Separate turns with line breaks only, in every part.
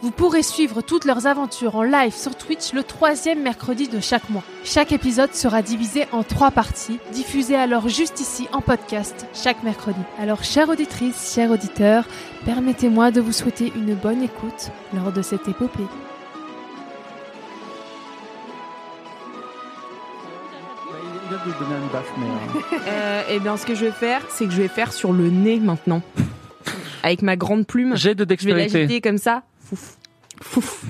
Vous pourrez suivre toutes leurs aventures en live sur Twitch le troisième mercredi de chaque mois. Chaque épisode sera divisé en trois parties, diffusées alors juste ici en podcast chaque mercredi. Alors, chère auditrice, chers auditeurs, permettez-moi de vous souhaiter une bonne écoute lors de cette épopée.
Il vient de se donner une baffe, mais. euh,
Euh, eh bien, ce que je vais faire, c'est que je vais faire sur le nez maintenant. Avec ma grande plume,
J'ai de
je vais
dextérité.
l'agiter comme ça. Fouf. Fouf.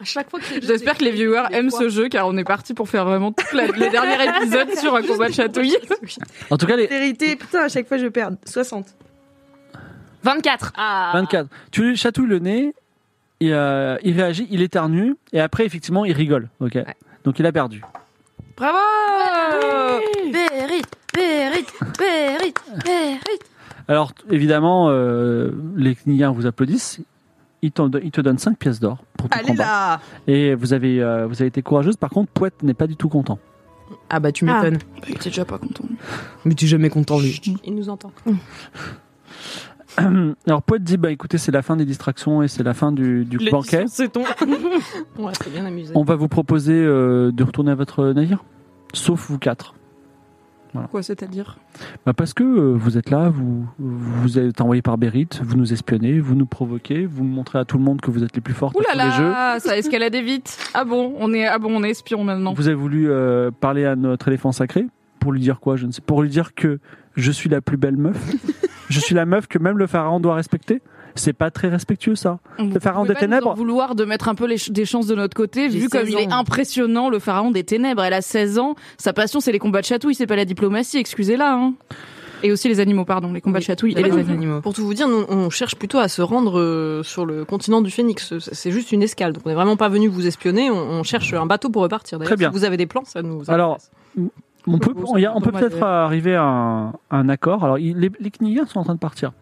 À chaque fois que c'est
J'espère que les viewers aiment ce jeu car on est parti pour faire vraiment tout la- le dernier épisode sur un combat de chatouille.
En tout cas, les
Vérité, putain, à chaque fois je perds. 60. 24.
Ah.
24. Tu lui chatouilles le nez, et, euh, il réagit, il éternue, et après, effectivement, il rigole. Ok. Donc, il a perdu.
Bravo
Périte, périte, périte, périte.
Alors, t- évidemment, euh, les Kniens vous applaudissent. Ils, t'en don- ils te donnent 5 pièces d'or pour ton combat.
là
Et vous avez, euh, vous avez été courageuse. Par contre, Poète n'est pas du tout content.
Ah bah tu m'étonnes.
Il était déjà pas content.
Mais tu es jamais content lui.
Il nous entend.
Alors, Poète dit bah, écoutez, c'est la fin des distractions et c'est la fin du, du banquet.
C'est ton.
On s'est bien amusé.
On va vous proposer euh, de retourner à votre navire, sauf vous quatre.
Quoi, c'est-à-dire
Bah parce que euh, vous êtes là, vous, vous êtes envoyé par Berit, vous nous espionnez, vous nous provoquez, vous montrez à tout le monde que vous êtes les plus forts
Ouh là
sur les jeux.
là, ça a escaladé vite. Ah bon, on est, ah bon, on est espion maintenant.
Vous avez voulu euh, parler à notre éléphant sacré pour lui dire quoi Je ne sais. Pour lui dire que je suis la plus belle meuf. je suis la meuf que même le pharaon doit respecter. C'est pas très respectueux ça.
Le
pharaon des ténèbres
vouloir de mettre un peu les ch- des chances de notre côté,
J'ai
vu comme
16
il est
ans.
impressionnant, le pharaon des ténèbres. Elle a 16 ans, sa passion c'est les combats de chatouille, c'est pas la diplomatie, excusez-la. hein. Et aussi les animaux, pardon, les combats de chatouille et
Et
les
les
animaux.
animaux.
Pour tout vous dire, nous, on cherche plutôt à se rendre euh, sur le continent du Phénix. C'est- C'est juste une escale. Donc on n'est vraiment pas venu vous espionner. On, on cherche un bateau pour repartir. D'ailleurs,
Très bien.
Si vous avez des plans, ça nous. intéresse.
Alors, On peut, on, y a- on peut
Bon,
peut-être arriver à un, un accord. Alors, il- les, les Knigiens sont en train de partir.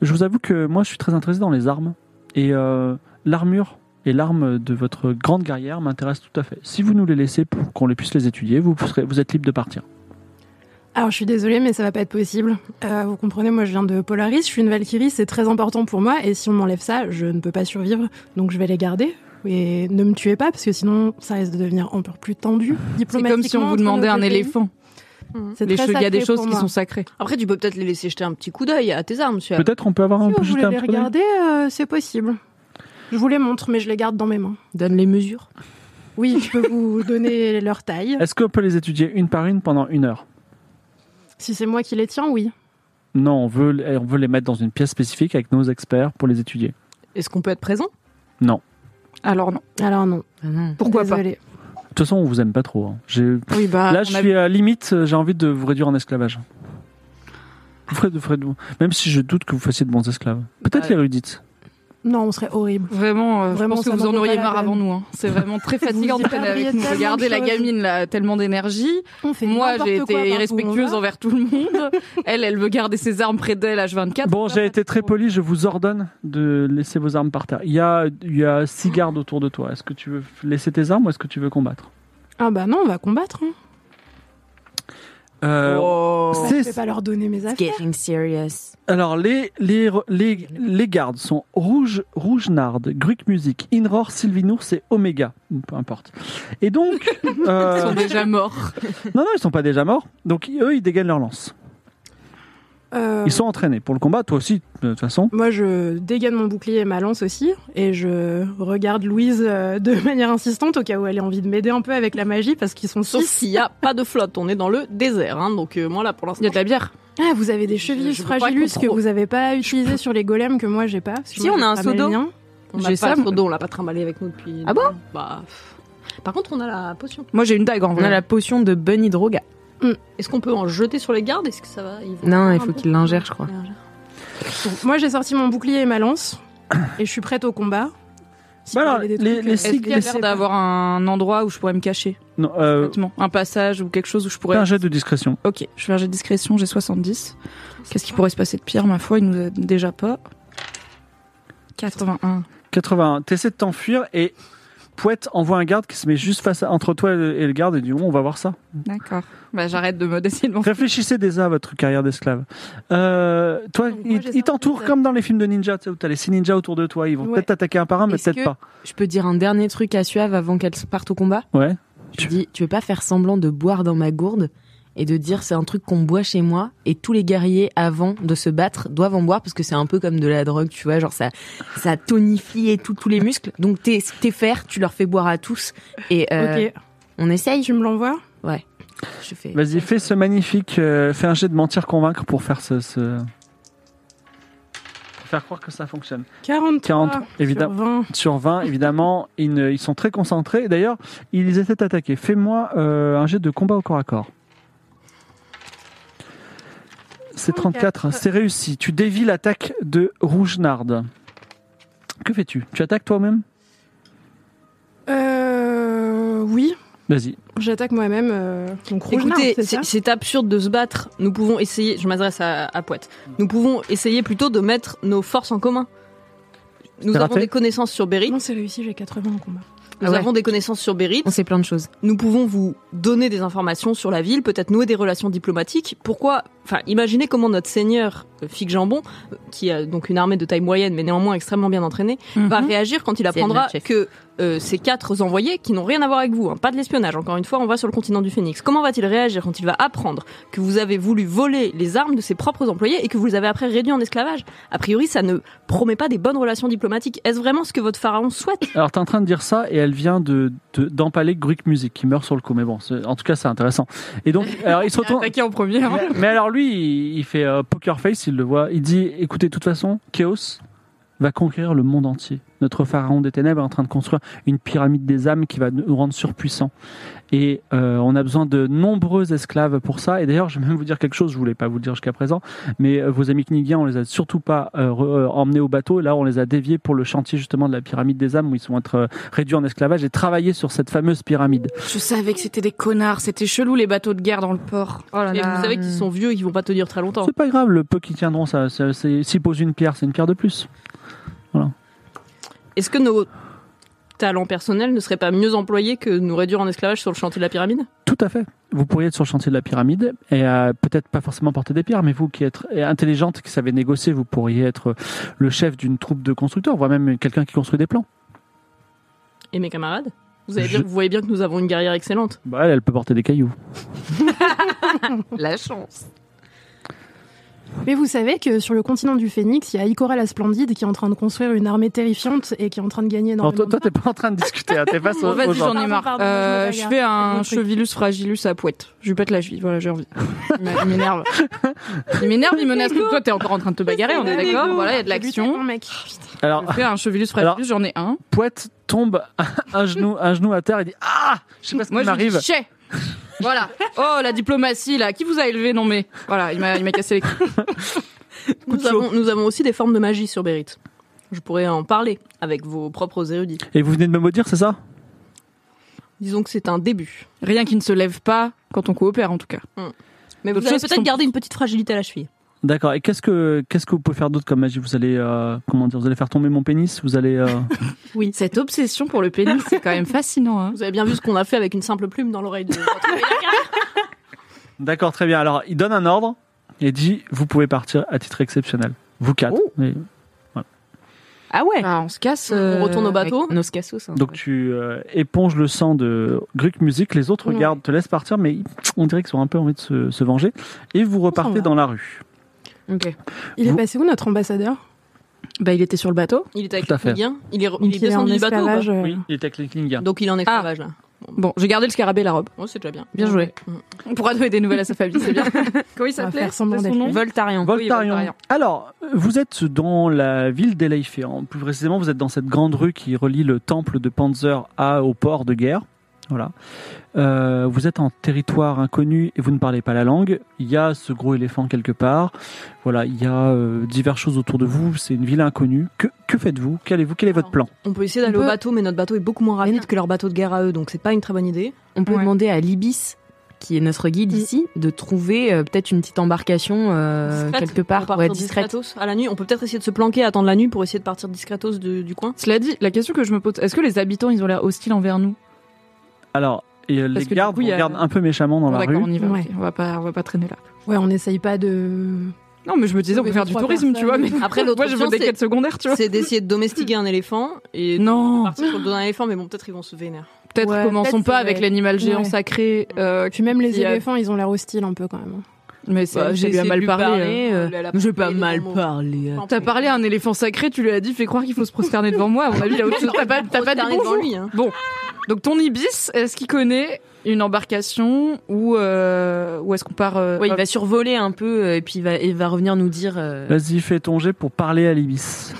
Je vous avoue que moi, je suis très intéressé dans les armes. Et euh, l'armure et l'arme de votre grande guerrière m'intéressent tout à fait. Si vous nous les laissez pour qu'on les puisse les étudier, vous, serez- vous êtes libre de partir.
Alors, je suis désolée, mais ça va pas être possible. Euh, vous comprenez, moi, je viens de Polaris, je suis une Valkyrie, c'est très important pour moi, et si on m'enlève ça, je ne peux pas survivre, donc je vais les garder. Et ne me tuez pas, parce que sinon, ça risque de devenir encore plus tendu.
C'est comme si on vous demandait un éléphant. Les che- Il y a des choses qui sont sacrées.
Après, tu peux peut-être les laisser jeter un petit coup d'œil à tes armes, monsieur.
Peut-être Ah, on peut avoir un
Si
peu
vous
juste
voulez
un
les
petit peu d'air.
regarder, euh, c'est possible. Je vous les montre, mais je les garde dans mes mains.
Donne les mesures.
Oui, je peux vous donner leur taille.
Est-ce qu'on peut les étudier une par une pendant une heure
Si c'est moi qui les tiens, oui.
Non, on veut, les- on veut les mettre dans une pièce spécifique avec nos experts pour les étudier.
Est-ce qu'on peut être présent
Alors Ah non.
Alors non.
Pourquoi pas
désolée.
De toute façon, on vous aime pas trop. hein. J'ai-
Oui, bah...
Là, je
on a
suis à limite, euh, j'ai envie de vous réduire en esclavage. Vous ferez de, vous ferez de- même si je doute que vous fassiez de bons esclaves. Peut-être
Ouais.
les rudites.
Non, on serait horrible.
Vraiment, euh,
Vraiment,
je pense que
ça
vous
m'en
en
vaut
auriez
pas la
marre avant
peine.
nous. hein. C'est vraiment très
Vous
fatigant
y
de traîner
perdriez
avec nous.
tellement de
Regardez la
choses.
gamine, là, tellement d'énergie.
On fait
Moi, j'ai
n'importe quoi hein.
été
par
irrespectueuse
moment.
envers tout le monde. elle, elle veut garder ses armes près d'elle, H24.
Bon, j'ai été très
trop.
poli, je vous ordonne de laisser vos armes par terre. Il y a, il y a six gardes autour de toi. Est-ce que tu veux laisser tes armes ou est-ce que tu veux combattre
Ah bah non, on va combattre. hein.
Euh,
Oh.
Bah,
c'est-
je vais pas leur donner mes affaires.
Getting serious.
Alors, les, les, les, les gardes sont Rouge, Rouge Nard, Gruc Music, Inror, Sylvinours et Omega. Peu importe. Et donc.
Ils
euh,
sont déjà morts.
non, non, ils sont pas déjà morts. Donc, eux, ils dégainent leur lance.
Euh,
Ils sont entraînés pour le combat, toi aussi, de toute façon.
Moi, je dégaine mon bouclier et ma lance aussi, et je regarde Louise euh, de manière insistante au cas où elle ait envie de m'aider un peu avec la magie parce qu'ils sont
Sauf
six.
s'il y a pas de flotte. On est dans le désert, hein. Donc euh, moi là, pour l'instant,
Il y a de la bière.
Ah, vous avez des
Je-
chevilles
je peux pas
fragilus
qu'on
que
trouve.
vous avez pas utilisées sur les golems que moi j'ai pas. parce
Si,
que moi,
on
j'ai
a un
Ah,
pas mal
seau
le
d'eau.
mien.
on
J'ai
n'a
ça,
pas de
moi.
d'eau, on l'a pas trimballé avec nous depuis.
Ah bon
Bah. pff. Par contre, on a la potion.
Moi, j'ai une dague en
On a
vrai.
la potion de Bunny Droga.
Est-ce qu'on peut en jeter sur les gardes Est-ce que ça va Ils vont
Non,
faire
il
un
faut
Ah
peu
qu'il l'ingère, je crois.
Il l'ingère.
Donc, moi, j'ai sorti mon bouclier et ma lance, et je suis prête au combat. Si
Bah
vous
alors,
avez des
les-
trucs,
les
euh,
six-
Est-ce qu'il y a l'air d'avoir un endroit où je pourrais me cacher
Non, euh,
honnêtement Un passage ou quelque chose où je
fais
pourrais.
un jet de discrétion.
Ok, je fais un jet de discrétion, j'ai 70. Qu'est-ce qui pourrait se passer de pire Ma foi, il nous a déjà pas. 81.
81. T'essaies de t'enfuir et Pouette envoie un garde qui se met juste face à- entre toi et le et le garde et dit bon, on va voir ça.
D'accord. Bah, j'arrête de me décider de m'en
Réfléchissez déjà à votre carrière d'esclave. Euh, toi,
Donc, moi,
ils
j'essaie
il t'entourent
de-
comme dans les films de ninja, tu sais, où t'as les six ninjas autour de toi. Ils vont
Ouais.
peut-être t'attaquer un par un, mais
Est-ce
peut-être
que-
pas.
Je peux dire un dernier truc à Suave avant qu'elle parte au combat
Ouais.
Je lui dis, tu veux pas faire semblant de boire dans ma gourde et de dire c'est un truc qu'on boit chez moi et tous les guerriers avant de se battre doivent en boire parce que c'est un peu comme de la drogue, tu vois, genre ça ça tonifie et tout tous les muscles. Donc t'es t'es fer, tu leur fais boire à tous et euh,
Ok,
on essaye.
tu me l'envoies
Je fais
Vas-y, fais ce magnifique. euh, fais un jet de mentir convaincre pour faire ce. ce- pour faire croire que ça fonctionne.
40
40, évidemment.
Sur 20.
Sur 20, évidemment, ils, ne- ils sont très concentrés. D'ailleurs, ils étaient attaqués. Fais-moi euh, un jet de combat au corps à corps. C'est 34, c'est réussi. Tu dévis l'attaque de Rougenarde. Que fais-tu Tu attaques toi-même
Euh, oui,
Vas-y.
j'attaque moi-même. euh, donc rouge
Écoutez,
c'est ça
c'est c'est absurde de se battre. Nous pouvons essayer. Je m'adresse à, à Poète. Nous pouvons essayer plutôt de mettre nos forces en commun. Nous
T'as
avons
raté
des connaissances sur Berry.
Non, c'est réussi, j'ai 80 en combat.
Nous
Ah ouais.
avons des connaissances sur Berry.
on sait plein de choses.
Nous pouvons vous donner des informations sur la ville, peut-être nouer des relations diplomatiques. Pourquoi Enfin, imaginez comment notre seigneur euh, Fig Jambon, euh, qui a donc une armée de taille moyenne mais néanmoins extrêmement bien entraînée, va réagir quand il apprendra
notre chef.
que euh, ces quatre envoyés, qui n'ont rien à voir avec vous, hein, pas de l'espionnage. Encore une fois, on va sur le continent du Phénix. Comment va-t-il réagir quand il va apprendre que vous avez voulu voler les armes de ses propres employés et que vous les avez après réduits en esclavage A priori, ça ne promet pas des bonnes relations diplomatiques. Est-ce vraiment ce que votre pharaon souhaite
Alors, t'es en train de dire ça et elle vient de de- d'empaler Gruik Music qui meurt sur le coup. Mais bon, c'est- en tout cas, c'est intéressant. Et donc, alors, il se retourne.
Attaquer en premier. hein.
Mais, mais alors lui, il, il fait euh, poker face, il le voit. Il dit, écoutez, de toute façon, Chaos va conquérir le monde entier. Notre pharaon des ténèbres est en train de construire une pyramide des âmes qui va nous rendre surpuissants. Et euh, on a besoin de nombreux esclaves pour ça. Et d'ailleurs, je vais même vous dire quelque chose, je voulais pas vous le dire jusqu'à présent, mais euh, vos amis Knigiens, on les a surtout pas euh, re- euh, emmenés au bateau. Là, on les a déviés pour le chantier justement de la pyramide des âmes où ils vont être euh, réduits en esclavage et travailler sur cette fameuse pyramide.
Je savais que c'était des connards. C'était chelou les bateaux de guerre dans le port. Oh là
Et
là.
vous savez qu'ils sont vieux, ils vont pas tenir très longtemps.
C'est pas grave, le peu qu'ils tiendront, ça, ça- c'est- s'ils posent une pierre, c'est une pierre de plus.
Est-ce que nos talents personnels ne seraient pas mieux employés que nous réduire en esclavage sur le chantier de la pyramide
Tout à fait. Vous pourriez être sur le chantier de la pyramide et euh, peut-être pas forcément porter des pierres, mais vous qui êtes intelligente, qui savez négocier, vous pourriez être euh, le chef d'une troupe de constructeurs, voire même quelqu'un qui construit des plans.
Et mes camarades vous, avez
Je-
bien- vous voyez bien que nous avons une guerrière excellente.
Bah, elle, elle peut porter des cailloux.
La chance.
Mais vous savez que sur le continent du Phénix, il y a Ikora la Splendide qui est en train de construire une armée terrifiante et qui est en train de gagner
Alors,
énormément.
toi,
de
toi, t'es pas en train de discuter, hein, t'es face
Bon,
au,
vas-y,
aux gens.
j'en ai marre.
Pardon, pardon, je me
Euh, je
bagarre.
fais
Bon
un
truc.
chevilus fragilus à poète. Je lui pète la cheville. Voilà, j'ai envie. Il m'a- il m'énerve. Il m'énerve, il menace. Toi, t'es encore en train de te bagarrer, on est
Lego.
d'accord Voilà, il y a
Je
de
lutte avec
l'action.
mon mec.
Alors,
Je fais un chevilus
Alors-
fragilus, j'en ai un.
Poète tombe un genou, un genou à terre et dit Ah Je sais pas ce
Moi,
qui
je lui
m'arrive.
dis chais. Voilà. Oh, la diplomatie, là. Qui vous a élevé Non, mais. Voilà, il m'a il m'a cassé les couilles.
Nous avons, nous avons aussi des formes de magie sur Bérit. Je pourrais en parler avec vos propres érudits.
Et vous venez de me maudire, c'est ça
Disons que c'est un début.
Rien qui ne se lève pas quand on coopère, en tout cas.
Mais vous
D'autres
allez
choses qui
peut-être
sont-
garder une petite fragilité à la cheville.
D'accord. Et qu'est-ce que qu'est-ce que vous pouvez faire d'autre comme magie Vous allez euh, comment dire Vous allez faire tomber mon pénis Vous allez euh,
Oui. Cette obsession pour le pénis, c'est quand même fascinant, hein.
Vous avez bien vu ce qu'on a fait avec une simple plume dans l'oreille de votre guerrière.
D'accord, très bien. Alors, il donne un ordre et dit Vous pouvez partir à titre exceptionnel. Vous quatre. Mais-
Ah ouais.
Ah, on se casse.
On
euh,
retourne au bateau.
Avec Nos cassos. hein.
donc, tu euh, éponges le sang de Gruc Music. Les autres
Ouais.
gardes te laissent partir, mais ils- on dirait qu'ils ont un peu envie de se, se venger. Et vous repartez
va.
dans la rue.
Ok.
Il est
Vous-
passé où notre ambassadeur
Bah, il était sur le bateau.
Il est avec
Tout à fait.
les Klingiens. Il est, re-
Donc,
il est descendu
en
du bateau. ou pas
esclavage, euh,
il est avec les Klingars.
Donc il est en esclavage là.
Bon, j'ai gardé le scarabée et la robe.
Oh, c'est déjà bien.
Bien joué.
Mm.
On pourra donner des nouvelles à sa famille, c'est bien. Comment il
On va
s'appelait
faire semblant
C'est son
d'être
nom
lui.
Voltarion.
Voltarion.
Oui, Voltarion.
Alors, euh, vous êtes dans la ville d'Elaïfé. hein. Plus précisément, vous êtes dans cette grande rue qui relie le temple de Panzer à au port de guerre. Voilà. Euh, vous êtes en territoire inconnu et vous ne parlez pas la langue. Il y a ce gros éléphant quelque part. Voilà, il y a euh, diverses choses autour de vous. C'est une ville inconnue. Que, que faites-vous Qu'allez-vous Quel est votre plan
On peut essayer d'aller
On
au
peut-
bateau, mais notre bateau est beaucoup moins
Mais
rapide
non.
que leur bateau de guerre à eux, donc c'est pas une très bonne idée.
On peut
Ouais.
demander à Libis qui est notre guide
Mm.
ici, de trouver euh, peut-être une petite embarcation euh,
Discrète,
quelque
on
part,
part
ouais,
sur
discrète.
discretos à la nuit. On peut peut-être essayer de se planquer, attendre la nuit pour essayer de partir discretos de- du coin.
Cela dit, la question que je me pose, est-ce que les habitants, ils ont l'air hostiles envers nous
Alors, et euh,
Parce
les
que du
gardes
coup, il y a-
regardent un peu méchamment dans
Bon,
la
D'accord,
rue.
on y va.
Ouais.
ok, On va pas, on va pas traîner là.
Ouais, on n'essaye pas de.
Non, mais je me disais, on
Sauver
peut faire
deux,
du
trois
tourisme, tu vois. Mais
personnes.
Après, l'autre
moi, je veux
option,
des
c'est-
quêtes secondaires, tu vois.
C'est d'essayer de domestiquer un éléphant et de
Non,
partir sur le dos d'un éléphant, mais bon, peut-être ils vont se vénérer.
peut-être
Ouais,
commençons
peut-être
pas
c'est
avec
vrai.
l'animal géant
Ouais.
sacré. euh,
Puis même les
qui a-
éléphants, ils ont l'air hostiles un peu quand même.
Mais c'est-
Bah,
ça lui a
essayé de
mal
lui
parlé. euh.
parler, euh,
Elle a
mais je vais
pas
pas
pris les
mal
bons mots.
parler. euh.
T'as parlé à un éléphant sacré, tu lui as dit, fais croire qu'il faut se prosterner devant moi. À mon avis, il a autre chose. T'as pas, t'as pas dit
Prosterner devant
bonjour.
lui, hein.
Donc ton ibis, est-ce qu'il connaît une embarcation ou euh, ou est-ce qu'on part euh,
Ouais, il
hop,
va survoler un peu euh, et puis il va, il va revenir nous dire. euh,
Vas-y, fais ton jet pour parler à l'ibis.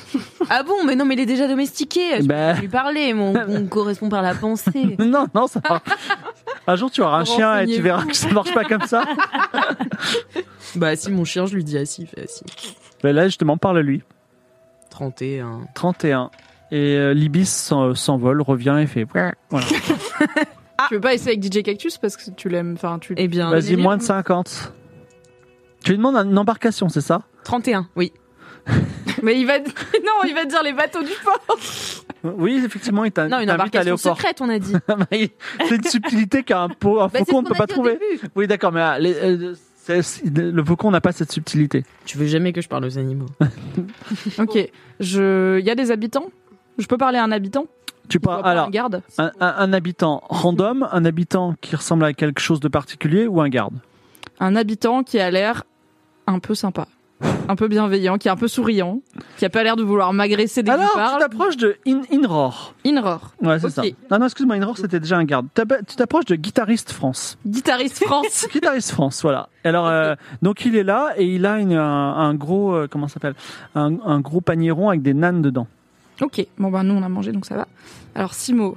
ah bon, mais non, mais il est déjà domestiqué. Je peux
Bah,
pas lui parler, mais on, on correspond par la pensée.
non, non, ça va. Un jour, tu auras un chien et tu
Renseignez-vous.
verras que ça marche pas comme ça.
bah si, ah, mon chien, je lui dis assis, il fait assis.
Mais là, justement, parle à lui.
31.
31. Et euh, l'ibis s'en- s'envole, revient et fait. Voilà.
Tu veux pas essayer avec DJ Cactus parce que tu l'aimes, enfin tu.
Eh bien,
Vas-y,
délire.
moins de 50. Tu lui demandes une embarcation, c'est ça
31, oui.
Mais il va non, il va dire les bateaux du port.
Oui, effectivement, il t'a
Non, une
t'invite à aller
embarcation
au port.
secrète, on a dit.
c'est une subtilité qu'un po- un
Bah, c'est
faucon
ce
ne
qu'on
peut pas
a dit au
trouver.
début.
Oui, d'accord, mais ah, les- euh, c'est- c'est- le faucon n'a pas cette subtilité.
Tu veux jamais que je parle aux animaux.
ok, je, il y a des habitants. Je peux parler à un habitant.
Tu
Je dois
parles,
pas
Bah, alors,
un garde.
un, un- un habitant random, un habitant qui ressemble à quelque chose de particulier ou un garde
Un habitant qui a l'air un peu sympa, un peu bienveillant, qui est un peu souriant, qui a pas l'air de vouloir m'agresser dès que
Alors,
je
tu
parle.
t'approches de In- Inror.
Inror,
Ouais, c'est
Ok.
ça. Non, non, excuse-moi, Inror, c'était déjà un garde. T'app- Tu t'approches de Guitariste France.
guitariste France.
Guitariste France, voilà. Alors, euh, donc il est là et il a une, un, un gros, euh, comment ça s'appelle un, un gros panier rond avec des nanes dedans.
ok, bon ben nous on a mangé donc ça va. Alors six mots.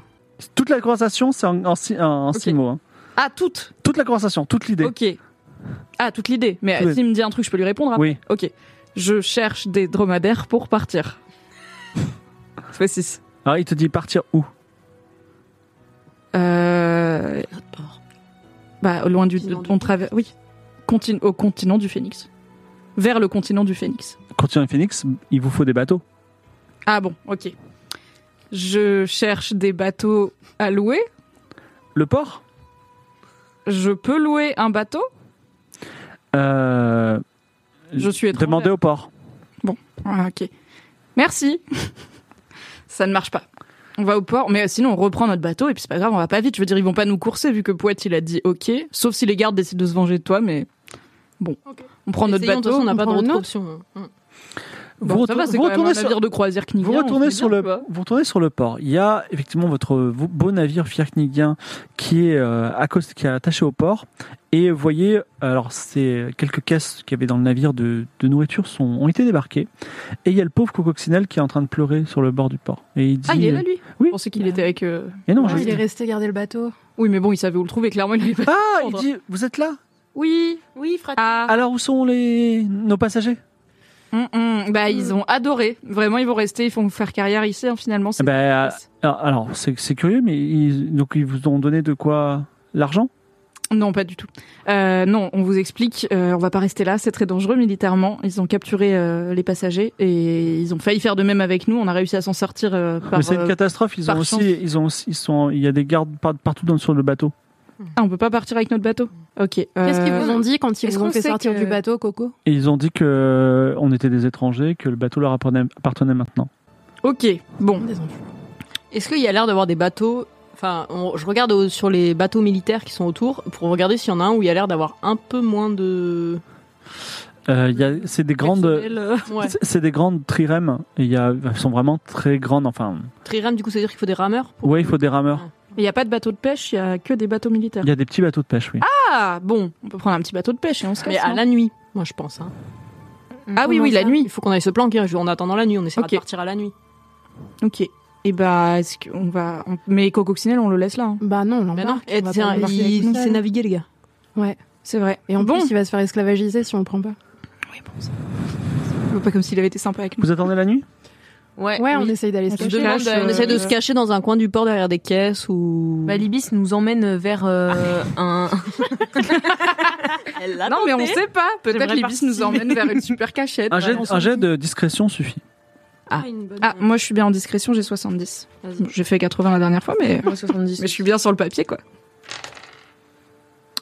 Toute la conversation, c'est en, en, six- en
Ok.
six mots. hein.
Ah toutes.
Toute la conversation, toute l'idée.
Ok. Ah, toute l'idée. Mais
Oui.
euh, s'il me dit un truc, je peux lui répondre. hein
Oui.
Ok. Je cherche des dromadaires pour partir. Soit 6.
Alors, il te dit partir où
Euh... Bah, loin du...
Continent du
On traverse... Oui. Contin- Au continent du phénix. Vers le continent du phénix.
Continent Phoenix, il vous faut des bateaux.
Ah bon, ok. Je cherche des bateaux à louer.
Le port
Je peux louer un bateau
euh,
Je suis étrangère.
Demandez au port.
Ah, ok. Merci. ça ne marche pas. On va au port, mais euh, sinon on reprend notre bateau et puis c'est pas grave, on va pas vite. Je veux dire, ils vont pas nous courser vu que Poète il a dit ok, sauf si les gardes décident de se venger de toi, mais bon,
Ok.
on prend notre
Essayons, de toute
bateau.
façon, on n'a pas
prend le
d'autre
nôtre.
option. hein.
Bon,
vous
ça va,
retournez,
c'est
vous
quand même
retournez
un
sur,
navire de croisière knivien.
vous
on
retournez
se dit
sur
bien,
le,
tu vois.
vous retournez sur le port. Il y a effectivement votre beau- beau navire firknigien qui est euh, accost- qui est attaché au port. Et vous voyez, alors c'est quelques caisses qu'il y avait dans le navire de, de nourriture sont, ont été débarquées. Et il y a le pauvre cococcinelle qui est en train de pleurer sur le bord du port. Et il dit, euh,
Ah, il est là lui
Oui.
Je pensais qu'il était avec. euh,
Et non,
Ah,
je-
oui.
il est resté garder le bateau.
Oui, mais bon, il savait où le trouver. Clairement, il avait pas.
ah, il
Sandra.
dit, vous êtes là
Oui.
Oui, frère.
Ah.
Alors où sont les nos passagers
Hum, hum. Bah, ils ont adoré. Vraiment, ils vont rester. Ils vont faire carrière ici. hein, finalement, c'est.
Eh ben, Alors, alors, c'est c'est curieux, mais ils, donc ils vous ont donné de quoi l'argent
Non, pas du tout. Euh, non, on vous explique. euh, on va pas rester là. C'est très dangereux militairement. Ils ont capturé euh, les passagers et ils ont failli faire de même avec nous. On a réussi à s'en sortir euh, par.
Mais c'est une
euh,
catastrophe. Ils ont
par
aussi,
chance.
ils ont aussi, ils sont, il y a des gardes par- partout dans, sur le bateau.
ah, on peut pas partir avec notre bateau. Ok.
Qu'est-ce qu'ils
euh,
vous ont dit quand ils
est-ce
vous ont
qu'on
fait
sait
sortir
que-
du bateau, Coco
Et ils ont dit que euh, on était des étrangers, que le bateau leur appartenait, appartenait maintenant.
Ok. Bon.
Des enfants.
Est-ce qu'il y a l'air d'avoir des bateaux Enfin, on- je regarde au- sur les bateaux militaires qui sont autour pour regarder s'il y en a un où il y a l'air d'avoir un peu moins de.
Euh, il y a- c'est des grandes,
Personnel, euh,
Ouais.
c'est- c'est des grandes trirèmes. Et il y a, elles sont vraiment très grandes. Enfin,
Trirème, du coup, ça veut dire qu'il faut des rameurs pour-
ouais, il faut des rameurs.
Il y a pas de bateau de pêche. Il y a que des bateaux militaires.
Il y a des petits bateaux de pêche, oui.
Ah bon. On peut prendre un petit bateau de pêche et on se casse. hein.
Mais à
non
la nuit, moi je pense. hein.
Mm.
Ah oui, oui, la nuit.
Il faut qu'on aille se planquer je- en attendant la nuit. On essaiera
Ok.
de partir à la nuit.
Ok. Et bah, est-ce qu'on va. on- Mais Cococcinelle, on le laisse là. hein.
Bah non, on
Mais non,
l'embarque.
eh,
on va
c'est
pas
un-
le laisser
il,
avec
il
nous.
sait naviguer, les gars.
C'est vrai.
Et en
bon.
plus, il va se faire esclavagiser si on le prend pas.
Oui, bon, ça- Pas comme s'il avait été sympa avec nous.
Vous attendez la nuit
Ouais,
Ouais, on
oui.
essaye d'aller se
On se
cacher.
demande,
Euh,
On essaie de se cacher dans un coin du port derrière des caisses ou.
Bah, l'ibis nous emmène vers euh, un. Elle l'a
Non, mais on
tenté.
sait pas. Peut-être
J'aimerais
l'Ibis nous
participer.
emmène vers une super cachette.
Un jet,
Ouais, on s'en
un jet
fout.
de discrétion suffit.
Ah.
une bonne-
Ah, moi je suis bien en discrétion, j'ai 70.
Vas-y.
J'ai fait 80 la dernière fois,
Eh.
mais,
Moi, 70.
mais je suis bien sur le papier, quoi.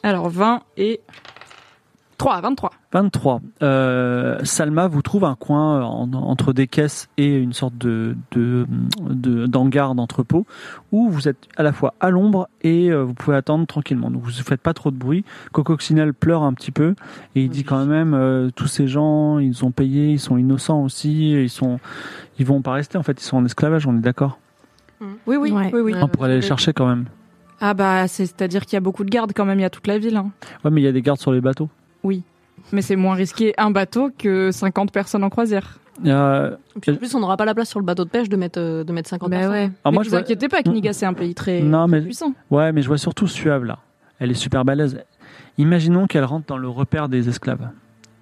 Alors 20 et 3, 23.
23. Euh, Salma vous trouve un coin euh, en- entre des caisses et une sorte de de- de- d'hangar d'entrepôt où vous êtes à la fois à l'ombre et euh, vous pouvez attendre tranquillement. Donc vous ne faites pas trop de bruit. Cococcinelle pleure un petit peu et il dit quand même euh, tous ces gens ils ont payé, ils sont innocents aussi, ils sont ils vont pas rester en fait, ils sont en esclavage, on est d'accord.
Oui, oui,
Ouais.
Ah, oui, oui.
Ouais.
On pourrait Ah, aller les chercher quand même.
Ah bah, c'est- c'est-à-dire qu'il y a beaucoup de gardes quand même, il y a toute la ville. hein.
Ouais, mais il y a des gardes sur les bateaux.
Mais c'est moins risqué un bateau que 50 personnes en croisière.
Euh,
Et puis, en plus, on n'aura pas la place sur le bateau de pêche de mettre, euh, de mettre 50
Bah
personnes.
ouais.
alors
mais
Ah, moi
vous
je vois-
inquiétez pas, Kniga c'est un pays très
Non, mais-
puissant.
Ouais, mais je vois surtout Suave là. Elle est super balèze. Imaginons qu'elle rentre dans le repère des esclaves.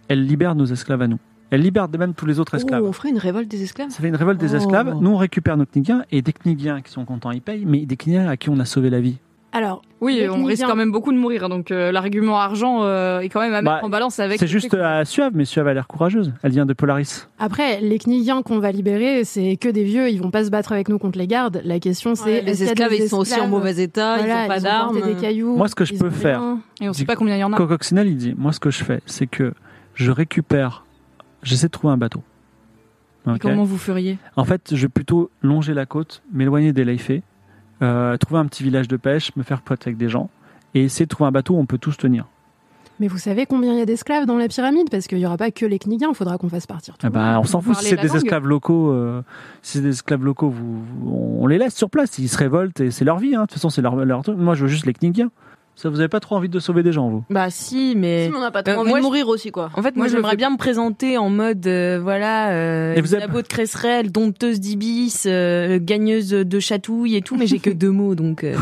Elle libère nos esclaves à nous. Elle libère même tous les autres esclaves.
Oh, on ferait une révolte des esclaves.
Ça fait une révolte des
Oh.
esclaves. Nous, on récupère nos Knigiens et des Knigiens qui sont contents, ils payent, mais des Knigiens à qui on a sauvé la vie.
Alors,
Oui,
Les
on risque
Knigiens.
quand même beaucoup de mourir, hein, donc euh, l'argument argent euh, est quand même à
Bah,
mettre en balance avec.
C'est
le fait
juste
que-
à Suave, mais Suave a l'air courageuse. Elle vient de Polaris.
après, les Knigiens qu'on va libérer, c'est que des vieux, ils vont pas se battre avec nous contre les gardes. La question, c'est.
Ouais,
est-ce
les
qu'il y a
esclaves,
des
ils sont aussi en
esclaves
mauvais état,
Voilà,
ils n'ont pas
ont
d'armes.
porté des
Oh,
cailloux,
Moi, ce que je
ils
peux
ont
faire,
rien.
Et on sait pas combien il y en a.
Cococcinelle, il dit Moi, ce que je fais, c'est que je récupère. J'essaie de trouver un bateau.
Et
Ok.
comment vous feriez
En fait, je vais plutôt longer la côte, m'éloigner des laifés, euh, trouver un petit village de pêche, me faire pote avec des gens, et essayer de trouver un bateau où on peut tous tenir.
Mais vous savez combien il y a d'esclaves dans la pyramide Parce qu'il y aura pas que les Knigiens, il faudra qu'on fasse partir tout.
Ah bah, on s'en
Vous
fout, si
parlez
c'est
la
des
langue
esclaves locaux, euh, si c'est des esclaves locaux, vous, vous- on les laisse sur place, ils se révoltent, et c'est leur vie, hein. de toute façon c'est leur, leur truc. Moi je veux juste les Knigiens. Ça, vous avez pas trop envie de sauver des gens, vous
Bah si, mais.
Si, mais on n'a pas trop
Euh,
envie
moi,
de
je-
mourir aussi, quoi.
En fait, moi,
Moi, je le
j'aimerais
fais-
bien me présenter en mode, euh, voilà, euh,
Et vous avez-
labo de Cresserelle, dompteuse d'ibis, euh, gagneuse de chatouille et tout, mais j'ai que deux mots, donc euh,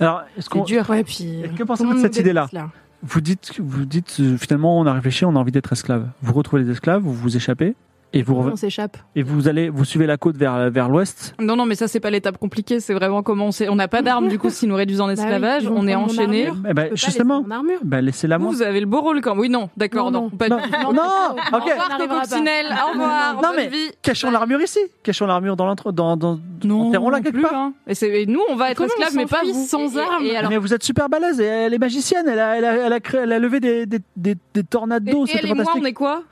Alors, est-ce
c'est
qu'on.
dur.
Ouais, puis.
Que
tout le
pensez-vous de
monde
cette
nous
idée-là
déteste, là.
Vous dites, vous dites euh, finalement, on a réfléchi, on a envie d'être esclave. Vous retrouvez les esclaves, vous vous échappez, et vous,
On
revenez-
s'échappe.
et vous allez, vous suivez la côte vers, vers l'ouest,
Non, non, mais ça, c'est pas l'étape compliquée. C'est vraiment comment on sait. On n'a pas d'armes, du coup, si nous réduisons en
Bah oui,
esclavage,
ils vont
on est
prendre mon
enchaîné.
armure.
Eh ben,
Je peux pas laisser
justement.
mon armure.
bah, laissez-la
Vous,
moi.
vous avez le beau rôle quand Oui, non, d'accord, non.
Non,
Pas
Non,
du-
non,
non,
ok.
non,
Au revoir,
n'arrivera pas.
Coccinelle. Au revoir.
Non,
bonne
mais-
vie.
Cachons l'armure ici. Cachons l'armure dans l'intro. Dans, dans...
Non,
enterrons-la
non
quelque
plus,
part.
hein. Et, c'est- et nous, on va être
Comment on
esclaves, mais pas
s'enfuit
vous.
sans
Et- et-
armes
Et, alors,
Mais vous êtes super balèze. et Elle est magicienne. Elle a, elle a, elle a, créé- elle a levé des, des, des, des tornades
et-
d'eau.
et elle
C'était
et moi, on
fantastique.
est quoi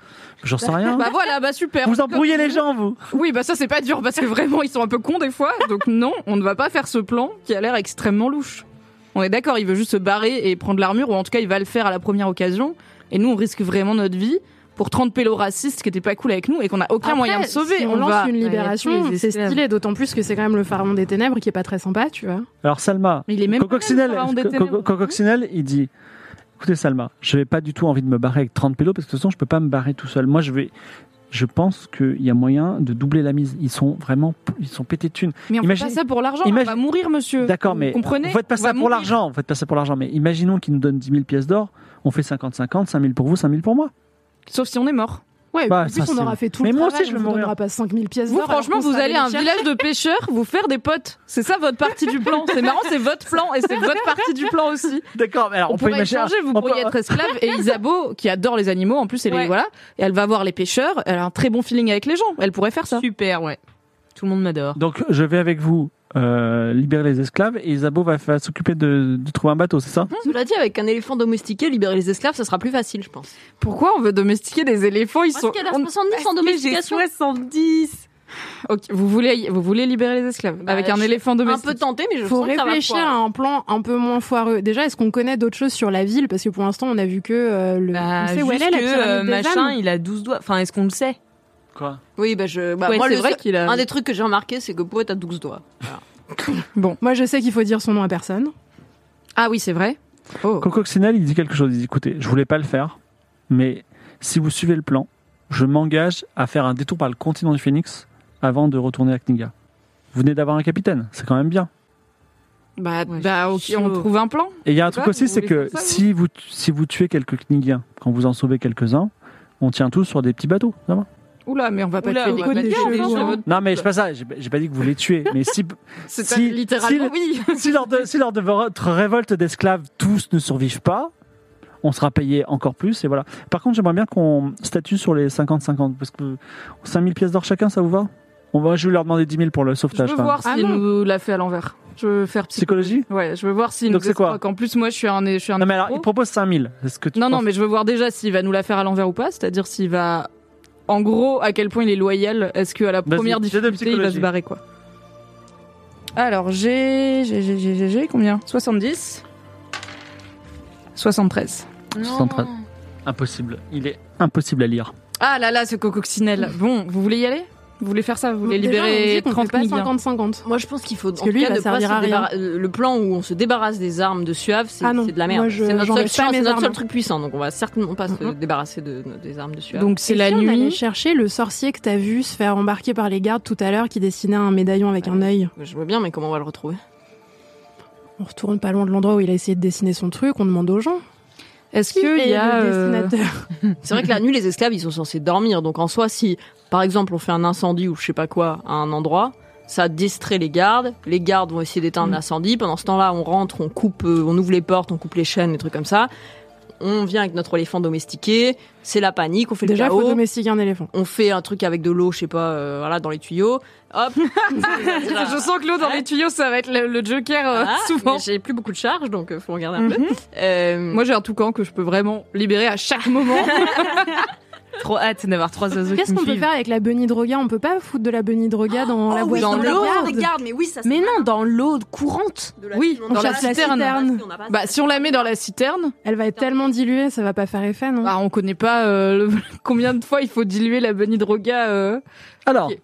J'en sais rien.
Bah voilà, bah super.
Vous embrouillez les gens, vous.
Oui, bah ça, c'est pas dur parce que vraiment, ils sont un peu cons des fois. Donc non, on ne va pas faire ce plan qui a l'air extrêmement louche. On est d'accord, il veut juste se barrer et prendre l'armure, ou en tout cas, il va le faire à la première occasion. Et nous, on risque vraiment notre vie pour 30 pélos racistes qui étaient pas cool avec nous et qu'on a aucun
Après,
moyen de sauver.
si on,
on
lance
va-
une
Ouais, il y a
libération,
tous les
c'est
esclaves.
stylé, d'autant plus que c'est quand même le pharaon des ténèbres qui est pas très sympa, tu vois.
Alors Salma,
Il est même pas
Cococcinelle,
là,
Co-
on détermine.
Co- Cococcinelle, il dit. Écoutez Salma, je n'ai pas du tout envie de me barrer avec 30 pélos parce que de toute façon je peux pas me barrer tout seul. Moi je vais, je pense qu'il y a moyen de doubler la mise. Ils sont vraiment, ils sont pétés de thunes.
Mais on fait
Imagine-
pas ça pour l'argent,
Imagine-
on va mourir, monsieur.
D'accord,
Vous
mais
comprenez
vous faites pas
On va
ça pour
mourir.
l'argent. Vous faites pas ça pour l'argent. Mais imaginons qu'ils nous donnent 10 000 pièces d'or. On fait 50-50, 5 000 pour vous, 5 000 pour moi.
Sauf si on est mort.
Ouais,
Bah,
en
ça,
plus on
c'est-
aura fait tout
Mais
le
moi
travail,
aussi, je vais
on vous
mourir.
donnera pas 5000 pièces
Vous,
d'or, alors
franchement,
qu'on
vous
sera
allez à un
chercher.
village de pêcheurs, vous faire des potes. C'est ça votre partie du plan. C'est marrant, c'est votre plan et c'est votre partie du plan aussi.
D'accord, mais alors
on, pourrait échanger, vous
on
pourriez
peut-
être esclave. Et Isabeau, qui adore les animaux, en plus, elle, est-
Ouais.
voilà, et elle va voir les pêcheurs, elle a un très bon feeling avec les gens, elle pourrait faire ça.
Super, ouais. Tout le monde m'adore.
Donc je vais avec vous euh, libérer les esclaves et Isabeau va, fa- s'occuper de, de trouver un bateau, c'est ça
Cela dit, avec un éléphant domestiqué, libérer les esclaves, ça sera plus facile, je pense.
Pourquoi on veut domestiquer des éléphants Ils
Parce
sont.
qu'elle a
on-
70 en
J'ai
domestication.
70
Ok, vous, voulez, vous voulez libérer les esclaves
Bah,
avec un
je-
éléphant
Un
domestique
peu tenté, mais je
faut
sens que ça va
réfléchir
foirer.
à un plan un peu moins foireux. Déjà, est-ce qu'on connaît d'autres choses sur la ville Parce que pour l'instant, on a vu que euh, le.
Bah,
on sait où elle
juste
est, la
que,
pyramide
euh,
des
machin,
âmes.
il a 12 doigts. Enfin, est-ce qu'on le sait
Quoi
Oui, bah je. bah,
Ouais,
moi,
c'est
le
vrai
seul-
qu'il a-
Un des trucs que j'ai remarqué, c'est que Poète a 12 doigts.
Moi, je sais qu'il faut dire son nom à personne.
Ah oui, c'est vrai. Oh.
Cococcinelle, il dit quelque chose. Il dit écoutez, je voulais pas le faire, mais si vous suivez le plan, je m'engage à faire un détour par le continent du Phoenix avant de retourner à Kniga. Vous venez d'avoir un capitaine, c'est quand même bien.
Bah,
Ouais,
bah, ok,
chaud.
on trouve un plan.
Et il y a un
Je sais
truc
pas,
aussi,
vous
c'est
voulez
que
faire ça, vous
si vous, si vous tuez quelques Knigiens, quand vous en sauvez quelques-uns, on tient tous sur des petits bateaux, ça va
Oula, mais on va pas
Oula,
tuer
on
les
va pas
gars,
tuer les
on va-
gens.
Non, mais c'est pas ça. J'ai j'ai pas dit que vous les tuez. Mais si,
C'est
Si-
pas littéralement,
si-
oui.
si, lors de, si lors de votre révolte d'esclaves, tous ne survivent pas, on sera payé encore plus. Et voilà. Par contre, j'aimerais bien qu'on statue sur les 50-50. Parce que 5000 pièces d'or chacun, ça vous va on va, Je vais leur demander 10 000 pour le
Je
sauvetage.
veux
enfin.
voir si
Ah
elle
non.
nous l'a fait à l'envers. Je veux faire psycho.
Psychologie
Ouais, je veux voir s'il
Donc
nous
c'est quoi
escroque. En plus, moi, je suis un, je suis un
Non, mais alors,
escroc.
il propose 5000. Est-ce que tu
Non, non,
penses-
mais je veux voir déjà s'il va nous la faire à l'envers ou pas, c'est-à-dire s'il va. En gros, à quel point il est loyal Est-ce qu'à la
Vas-y,
première
jet de
difficulté, il va
psychologie.
se barrer, quoi Alors, j'ai. J'ai, j'ai, j'ai, j'ai- j'ai combien 70 73.
73. Impossible. Il est impossible à lire.
Ah là là, ce cococcinelle Bon, vous voulez y aller Vous voulez faire ça Vous voulez
Déjà,
libérer
on dit qu'on fait
30
pas
millions
50-50.
Moi, je pense qu'il faut en
que
tout
lui,
cas,
il va
ne pas
servir
se
à rien.
débarra- euh, le plan où on se débarrasse des armes de Suave, c'est
Ah non,
c'est de la
moi,
merde.
je-
C'est notre, seul,
j'enlève pas
chance,
mes
c'est notre
armes.
seul truc puissant, donc on va certainement pas se
Mhm.
débarrasser de, des armes de Suave.
Donc, c'est
Et
la
si On allait
nuit.
chercher le sorcier que t'as vu se faire embarquer par les gardes tout à l'heure qui dessinait un médaillon avec un œil.
je vois bien, mais comment on va le retrouver
On retourne pas loin de l'endroit où il a essayé de dessiner son truc, on demande aux gens.
Est-ce qu'il
est
y a.
le
euh,
dessinateur
C'est vrai que la nuit, les esclaves, ils sont censés dormir. Donc en soi, si, par exemple, on fait un incendie ou je sais pas quoi à un endroit, ça distrait les gardes. Les gardes vont essayer d'éteindre l'incendie. Pendant ce temps-là, on rentre, on coupe, euh, on ouvre les portes, on coupe les chaînes, les trucs comme ça. On vient avec notre éléphant domestiqué. C'est la panique, on fait
Déjà,
le
faut
chaos.
domestiquer un éléphant.
On fait un truc avec de l'eau, je sais pas, euh, voilà, dans les tuyaux. Hop.
Je sens que l'eau dans
Ouais.
les tuyaux, ça va être le, le joker euh,
Ah,
Voilà,
souvent.
mais J'ai plus beaucoup de charge, donc euh, faut regarder un
Mhm.
peu. Euh,
Moi, j'ai un toucan que je peux vraiment libérer à chaque moment. Trop hâte d'avoir trois oiseaux
Qu'est-ce qu'on peut faire avec la bunny droga On peut pas foutre de la bunny droga Oh dans la boîte
dans
de
l'eau.
garde.
mais oui, ça.
Mais non, dans l'eau courante.
Oui,
On
dans la
cherche la
citerne.
citerne.
Bah, si on la met dans la citerne,
Elle va être tellement diluée, ça va pas faire effet, non
bah, on connaît pas euh, le- combien de fois il faut diluer la bunny droga. euh.
Alors,
Ok.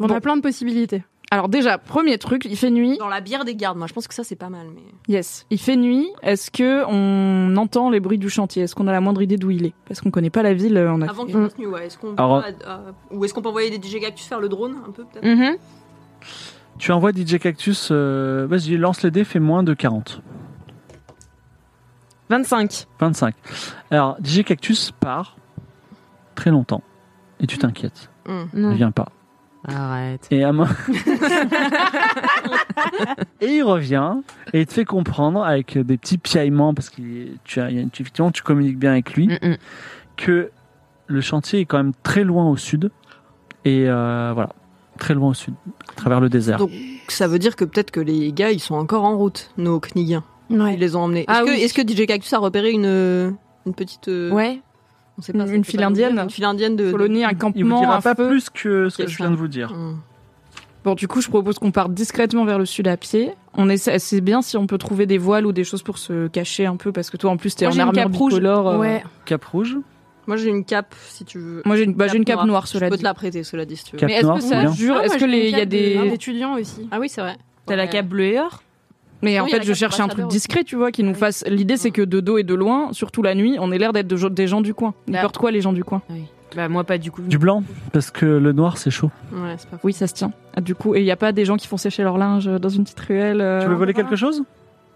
On
bon.
a plein de possibilités.
Alors déjà, premier truc, il fait nuit.
Dans la bière des gardes, moi je pense que ça c'est pas mal. Mais...
Yes, il fait nuit. Est-ce que on entend les bruits du chantier Est-ce qu'on a la moindre idée d'où il est Parce qu'on connaît pas la ville. euh, On a.
Avant qu'il
Mm.
fasse nuit, ouais. Est-ce qu'on
Alors-
peut, euh, ou est-ce qu'on peut envoyer des DJ Cactus faire le drone un peu peut-être
Mhm.
tu envoies DJ Cactus. euh, Vas-y, lance les dés, fais moins de 40.
25.
25. Alors, DJ Cactus part très longtemps. Et tu t'inquiètes.
Mm.
Il ne vient pas.
Arrête.
Et à main. et il revient et il te fait comprendre avec des petits piaillements parce que tu as, il y a une- tu- effectivement, tu communiques bien avec
Mm.
lui
Mm-mm.
que le chantier est quand même très loin au sud et euh, voilà très loin au sud à travers le désert.
Donc, Ça veut dire que peut-être que les gars ils sont encore en route, nos Kniguiens.
Ouais.
Ils les ont emmenés. Est-ce
Ah
que,
oui.
est-ce que DJ Cactus a repéré une, une petite. euh,
Ouais.
on sait pas,
Une
ça, on
file
peut pas
indienne.
dire, Une file indienne de.
Colonie, un
il vous
campement,
dira
un
pas
feu.
plus que ce que
C'est
je
ça.
viens de vous dire.
Mm.
Bon, du coup, je propose qu'on parte discrètement vers le sud à pied. On essaie, c'est bien si on peut trouver des voiles ou des choses pour se cacher un peu, parce que toi, en plus, t'es
Moi,
en
j'ai une
armure
cape rouge.
bicolore. euh.
Ouais.
Cap rouge,
Moi j'ai une cape si tu veux.
Moi, j'ai une, bah, j'ai une cape noire,
Je
cela
peux
dit.
te la prêter, cela dit si tu veux.
Cape
Mais est-ce
noire,
que ça
bien.
jure
Ah,
Est-ce
moi,
que
j'ai
les,
une
il y a
cape de-
des.
d'étudiants aussi
Ah oui, c'est vrai.
T'as la
Ouais.
cape bleue et or
Mais en
Oui, il y a
fait,
la
je
cape
cherche un truc
ambassadeur aussi.
discret, tu vois, qui nous fasse. L'idée, c'est que de dos et de loin, surtout la nuit, on est l'air d'être de- des gens du coin.
Bah.
N'importe quoi, les gens du coin.
Bah moi pas du coup.
du blanc parce que le noir c'est chaud.
Ouais, c'est pas fou.
Oui, ça se tient. Ah, Du coup, et il n'y a pas des gens qui font sécher leur linge dans une petite ruelle. euh,
tu veux voler
voilà.
quelque chose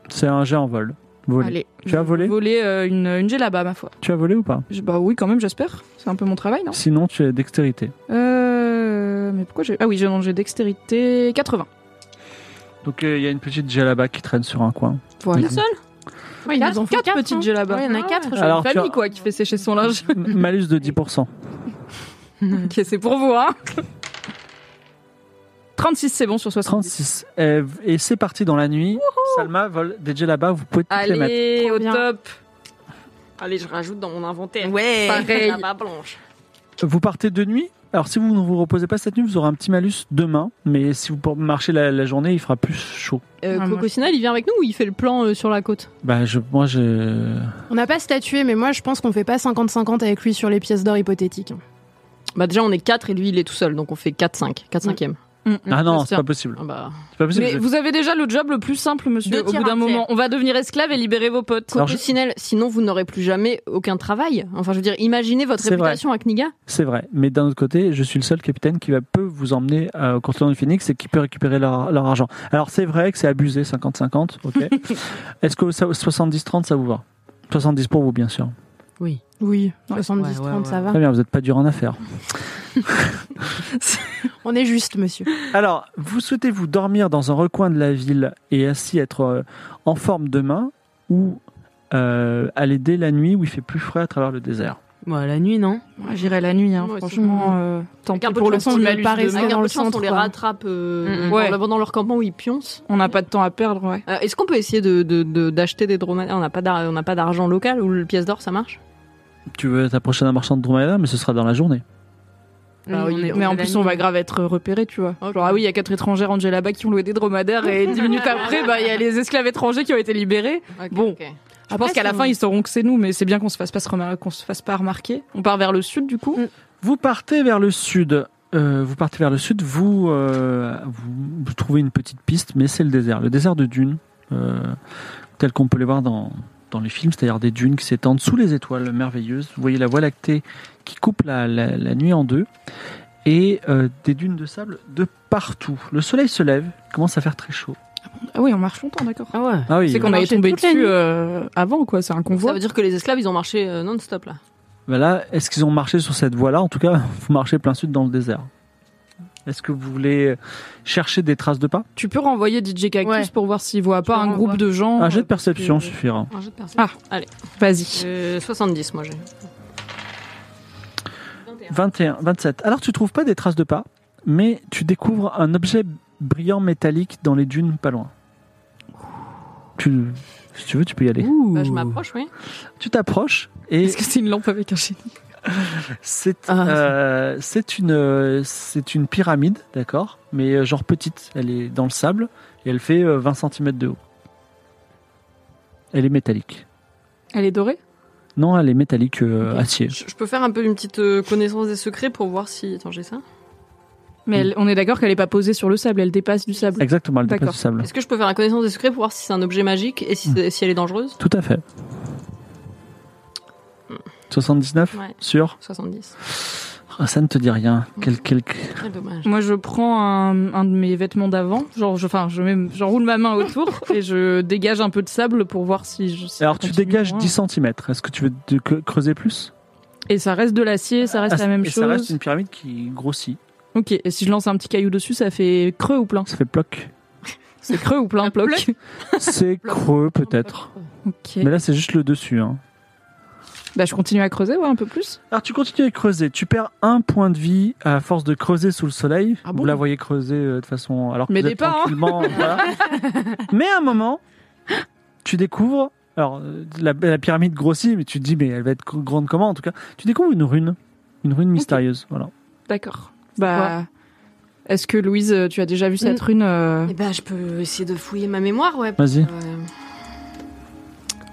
C'est un jet en vol. Voler.
Allez.
Tu as volé
Voler euh, une, une là-bas, ma foi.
Tu as volé ou pas
Je- bah oui, quand même, j'espère. C'est un peu mon travail, non
Sinon tu as dextérité.
Euh. Mais pourquoi j'ai. Ah oui, j'ai non, j'ai dextérité 80.
Donc euh, il y a une petite là-bas qui traîne sur un coin.
Voilà.
Mhm.
Ouais, ils nous en font
Quatre
quatre,
petites
hein.
jets là-bas. Ah,
Ouais, il y en a quatre. je-
Alors,
Une
tu as-
famille, quoi, qui fait sécher son linge.
Malus de 10%.
ok, c'est pour vous, hein 36, c'est bon sur 70.
36. Euh, Et c'est parti dans la nuit. Salma vole des là-bas, vous pouvez toutes les mettre.
Allez,
Trop
au
bien.
top
Allez, je rajoute dans mon inventaire.
Ouais
Pareil.
La barbe blanche.
Vous partez de nuit. Alors si vous ne vous reposez pas cette nuit, vous aurez un petit malus demain. Mais si vous marchez la, la journée, il fera plus chaud.
Euh,
Ah, moi,
Cocosinal, il vient avec nous ou il fait le plan euh, sur la côte
Bah je, moi je...
On n'a pas statué, mais moi je pense qu'on fait pas 50-50 avec lui sur les pièces d'or hypothétiques.
Bah déjà on est 4 et lui il est tout seul donc on fait 4-5, 4-5e.
Mm,
Ah non,
ça se
c'est
tient.
pas possible.
Ah bah...
C'est pas possible.
Mais vous avez déjà le job le plus simple, monsieur.
Deux
Au bout
tirs
d'un
à
moment, on va devenir esclave et libérer vos potes.
Alors, je-
Cocosinel, sinon vous n'aurez plus jamais aucun travail. Enfin je veux dire, imaginez votre
C'est vrai.
réputation à Kniga.
C'est vrai. Mais d'un autre côté, je suis le seul capitaine qui va, peut vous emmener euh, au continent du Phoenix et qui peut récupérer leur, leur argent. Alors c'est vrai que c'est abusé, 50-50. ok. Est-ce que ça- 70-30, ça vous va 70 pour vous, bien sûr.
Oui,
Ouais,
70-30,
ouais, ouais,
ça va.
Très bien, vous n'êtes pas dur en affaires.
On est juste, monsieur.
Alors, vous souhaitez-vous dormir dans un recoin de la ville et ainsi être euh, en forme demain ou euh, aller dès la nuit où il fait plus frais à travers le désert
Bon, à la nuit, non
Moi, J'irai la nuit, hein,
Moi aussi.
franchement. euh, tant
Avec
pis
un peu
pour
de
le
chance,
petit
on
malus
pas
de-
raison.
Avec
dans
un peu
le
de chance,
centre,
on les
quoi.
rattrape euh,
Mm,
dans
ouais.
leur- dans leur campement où ils pioncent.
On n'a pas de temps à perdre, ouais.
Euh, Est-ce qu'on peut essayer de- de- de- d'acheter des dromadaires On n'a pas d'ar- on n'a pas d'argent local ou le pièce d'or, ça marche
Tu veux t'approcher d'un marchand de dromadaire, mais ce sera dans la journée.
Bah oui, mais en plus, on va grave être repéré, tu vois.
Ok.
Genre, ah oui, il y a quatre étrangères rangées là-bas qui ont loué des dromadaires et dix minutes après, bah, il y a les esclaves étrangers qui ont été libérés. Bon. Je
Après,
pense qu'à la
c'est-
fin, ils sauront que c'est nous, mais c'est bien qu'on se fasse pas se remar- qu'on se fasse pas remarquer. On part vers le sud, du coup.
Vous partez vers le sud. Euh, vous partez vers le sud, vous, euh, vous, vous trouvez une petite piste, mais c'est le désert. Le désert de dunes, euh, tel qu'on peut les voir dans, dans les films, c'est-à-dire des dunes qui s'étendent sous les étoiles merveilleuses. Vous voyez la voie lactée qui coupe la, la- la nuit en deux, et euh, des dunes de sable de partout. Le soleil se lève, il commence à faire très chaud.
Ah oui, on marche longtemps, d'accord.
Ah ouais.
Ah oui,
C'est qu'on
a
avait
marché
tombé
toute la
dessus
nuit.
euh, avant, quoi. C'est un
Ça
convoi.
veut dire que les esclaves, ils ont marché euh, non-stop là.
Ben là, est-ce qu'ils ont marché sur cette voie-là En tout cas, vous marchez plein sud dans le désert. Est-ce que vous voulez chercher des traces de pas
Tu peux renvoyer DJ Cactus
Ouais.
pour voir s'il voit pas un
renvoies.
groupe de gens.
Un jet de
euh, parce que-
perception suffira.
Un jeu de perception.
Ah,
Allez.
Vas-y.
Euh, 70, moi j'ai.
21, 27. Alors tu trouves pas des traces de pas, mais tu découvres un objet brillant métallique dans les dunes pas loin. Tu, si tu veux, tu peux y aller.
Bah, je m'approche, oui.
Tu t'approches et
Est-ce que c'est une lampe avec un génie
c'est
Ah.
euh, c'est une euh, c'est une pyramide, d'accord, mais euh, genre petite. Elle est dans le sable et elle fait euh, 20 cm de haut. Elle est métallique.
Elle est dorée
Non, elle est métallique euh,
Ok.
acier.
Je, je peux faire un peu une petite euh, connaissance des secrets pour voir si. Attends, j'ai ça.
Mais elle- on est d'accord qu'elle est pas posée sur le sable, elle dépasse du sable.
Exactement, Mm. elle dépasse
D'accord.
du sable.
Est-ce que je peux faire un connaissance des secrets pour voir si c'est un objet magique et si, c'est- si elle est dangereuse
Tout à fait. 79
Ouais.
Sûr
70.
Ah, Ça ne te dit rien. Quel, quel-
Très dommage.
Moi, je prends un, un de mes vêtements d'avant, genre, je, enfin, je mets- j'enroule ma main autour et je dégage un peu de sable pour voir si je. si
Alors
ça
tu
continue
dégages
loin.
10 cm. Est-ce que tu veux te cre- creuser plus
Et ça reste de l'acier, ça reste
Ah,
la même
et
chose.
Ça reste une pyramide qui grossit.
Ok, et si je lance un petit caillou dessus, ça fait creux ou plein
Ça fait bloc.
C'est creux ou plein, bloc
C'est creux peut-être.
Ok.
Mais là c'est juste le dessus. hein.
Bah, je continue à creuser, ouais, un peu plus.
Alors tu continues à creuser. Tu perds un point de vie à force de creuser sous le soleil.
Ah bon
Vous la voyez creuser euh, de façon... Alors que
Mais
vous
des
êtes
pas, hein.
tranquillement, voilà. Mais à un moment, tu découvres... Alors euh, la, la pyramide grossit, mais tu te dis mais elle va être gr- grande comment en tout cas. Tu découvres une rune. Une rune mystérieuse. Voilà.
D'accord. Bah. Est-ce que Louise, tu as déjà vu cette rune euh,
Eh ben, je peux essayer de fouiller ma mémoire, ouais.
Vas-y.
Euh,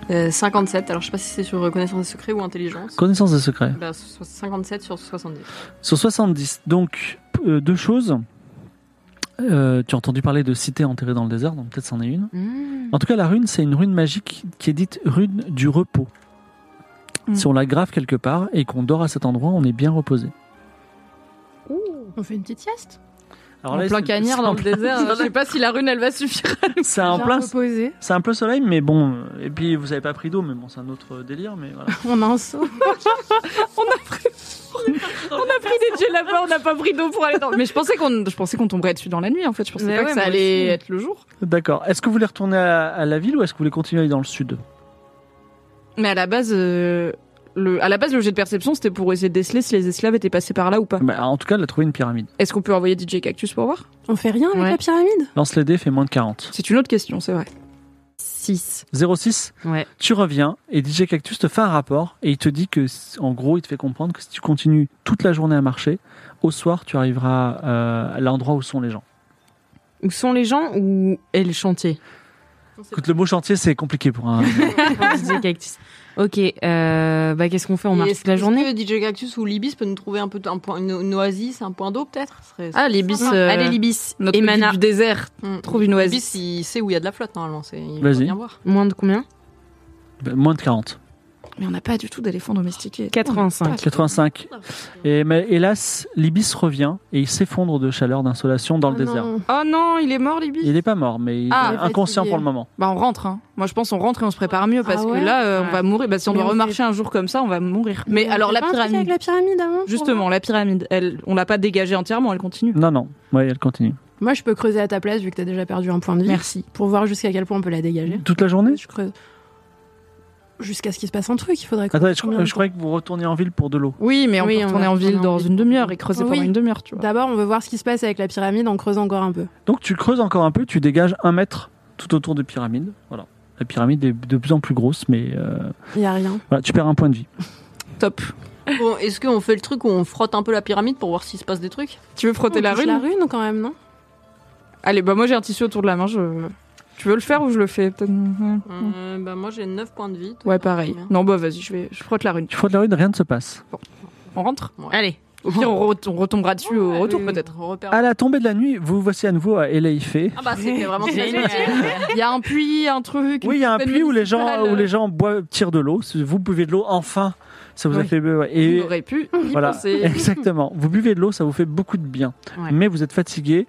euh, 57, alors je sais pas si c'est sur euh, connaissance des secrets ou intelligence.
Connaissance des secrets.
Bah, so- 57 sur 70.
Sur 70, donc euh, deux choses. Euh, tu as entendu parler de cité enterrée dans le désert, donc peut-être c'en est une.
Hmm.
En tout cas, la rune, c'est une rune magique qui est dite rune du repos.
Mm.
Si on la grave quelque part et qu'on dort à cet endroit, on est bien reposé.
On fait une petite sieste
Alors
en
là,
plein
c'est-
cagnard
c'est
dans
en
le désert Je sais pas si la rune, elle va suffire.
plein- C'est en
Bien
plein,
reposé.
c'est un peu soleil, mais bon. euh, Et puis vous avez pas pris d'eau, mais bon, c'est un autre euh, délire, mais voilà.
On a un saut.
On a pris des gels là-bas, on n'a pas pris d'eau pour aller dans. Mais je pensais qu'on, je pensais qu'on tomberait dessus dans la nuit en fait. Je pensais
Mais
pas
ouais,
que ça
moi
allait
aussi.
être le jour.
D'accord. Est-ce que vous voulez retourner à, à la ville ou est-ce que vous voulez continuer à aller dans le sud
Mais à la base, euh, le, à la base, le jet de perception, c'était pour essayer de déceler si les esclaves étaient passés par là ou pas.
Bah, En tout cas, elle a trouvé une pyramide.
Est-ce qu'on peut envoyer DJ Cactus pour voir
On fait rien avec
Ouais.
la pyramide
Lance les dés, fait moins de 40.
C'est une autre question, c'est vrai.
6.
06
Ouais.
Tu reviens et DJ Cactus te fait un rapport et il te dit que, en gros, il te fait comprendre que si tu continues toute la journée à marcher, au soir, tu arriveras euh, à l'endroit où sont les gens.
Où sont les gens ou est le chantier
Écoute, le mot chantier, c'est compliqué pour un.
DJ Cactus. Ok, euh, bah qu'est-ce qu'on fait On marche toute la journée
Est-ce que DJ Cactus ou Libis peut nous trouver un peu un point, une, une oasis, un point d'eau peut-être Ce serait-
Ah, l'ibis.
Ah,
euh,
Allez, Libis.
notre
Et
guide
Mana.
du désert
Hmm.
trouve une
Libis,
oasis.
il sait où il y a de la flotte normalement. C'est... Il
Vas-y.
Bien voir.
Moins de combien
Ben, moins de 40.
Mais on n'a pas du tout d'éléphant domestiqué.
85.
85. Et mais hélas, l'ibis revient et il s'effondre de chaleur, d'insolation dans le
Ah
désert.
non.
Oh non, il est mort, Libby
Il n'est pas mort, mais il
Ah,
est inconscient
fatigué.
pour le moment.
Bah on rentre, hein. Moi je pense on rentre et on se prépare mieux parce
Ah ouais
que là euh,
Ouais.
on va mourir. Bah si on
Mais
doit
on
remarcher un jour comme ça, on va mourir. Mais
On
alors
fait
la
pas un truc
pyramide,
Avec la pyramide avant pour voir
justement la pyramide, elle, on l'a pas dégagée entièrement, elle continue.
Non, non. Oui, elle continue.
Moi, je peux creuser à ta place vu que t'as déjà perdu un point de vie
Merci.
pour voir jusqu'à quel point on peut la dégager.
Toute la journée
Je creuse. Jusqu'à ce qu'il se passe un truc, il faudrait creuser
Attendez, je,
combien de
je croyais que vous retourniez en ville pour de l'eau.
Oui, mais on
Oui,
peut
on
retourner
va
en ville
retourner en
dans
ville.
une demi-heure et creuser
Oui.
pendant une demi-heure, tu
temps.
vois.
D'abord, on veut voir ce qui se passe avec la pyramide, on creuse encore un peu.
Donc tu creuses encore un peu, tu dégages un mètre tout autour de pyramide. Voilà. La pyramide est de plus en plus grosse, mais euh,
Il y a rien.
voilà, tu perds un point de vie.
Top.
Bon, est-ce qu'on fait le truc où on frotte un peu la pyramide pour voir s'il se passe des trucs
Tu veux frotter
On
la
touche
rune
La rune quand même, non
Allez, bah moi j'ai un tissu autour de la main, je... Tu veux le faire ou je le fais peut-être
Euh, Bah moi j'ai 9 points de vie. toi,
Ouais,
t'en as
pareil.
combien
Non, bah vas-y, je vais, je frotte la rune.
Tu frottes la rune, rien ne se passe.
On rentre
Allez.
Au pire, on, re- on retombera dessus au
Ouais,
retour
oui,
peut-être.
Euh, on repère.
À la tombée de la nuit, vous voici à nouveau à Eleifé.
Ah bah c'était vraiment très
Génial.
Il y a un puits, un truc.
Oui, il y a un
une
puits où les gens
municipale.
où les gens boivent, tirent de l'eau. Vous buvez de l'eau enfin. Ça vous a
Oui.
fait ouais.
On
et
aurait pu y
voilà
penser.
exactement. Vous buvez de l'eau, ça vous fait beaucoup de bien.
Ouais.
Mais vous êtes fatigué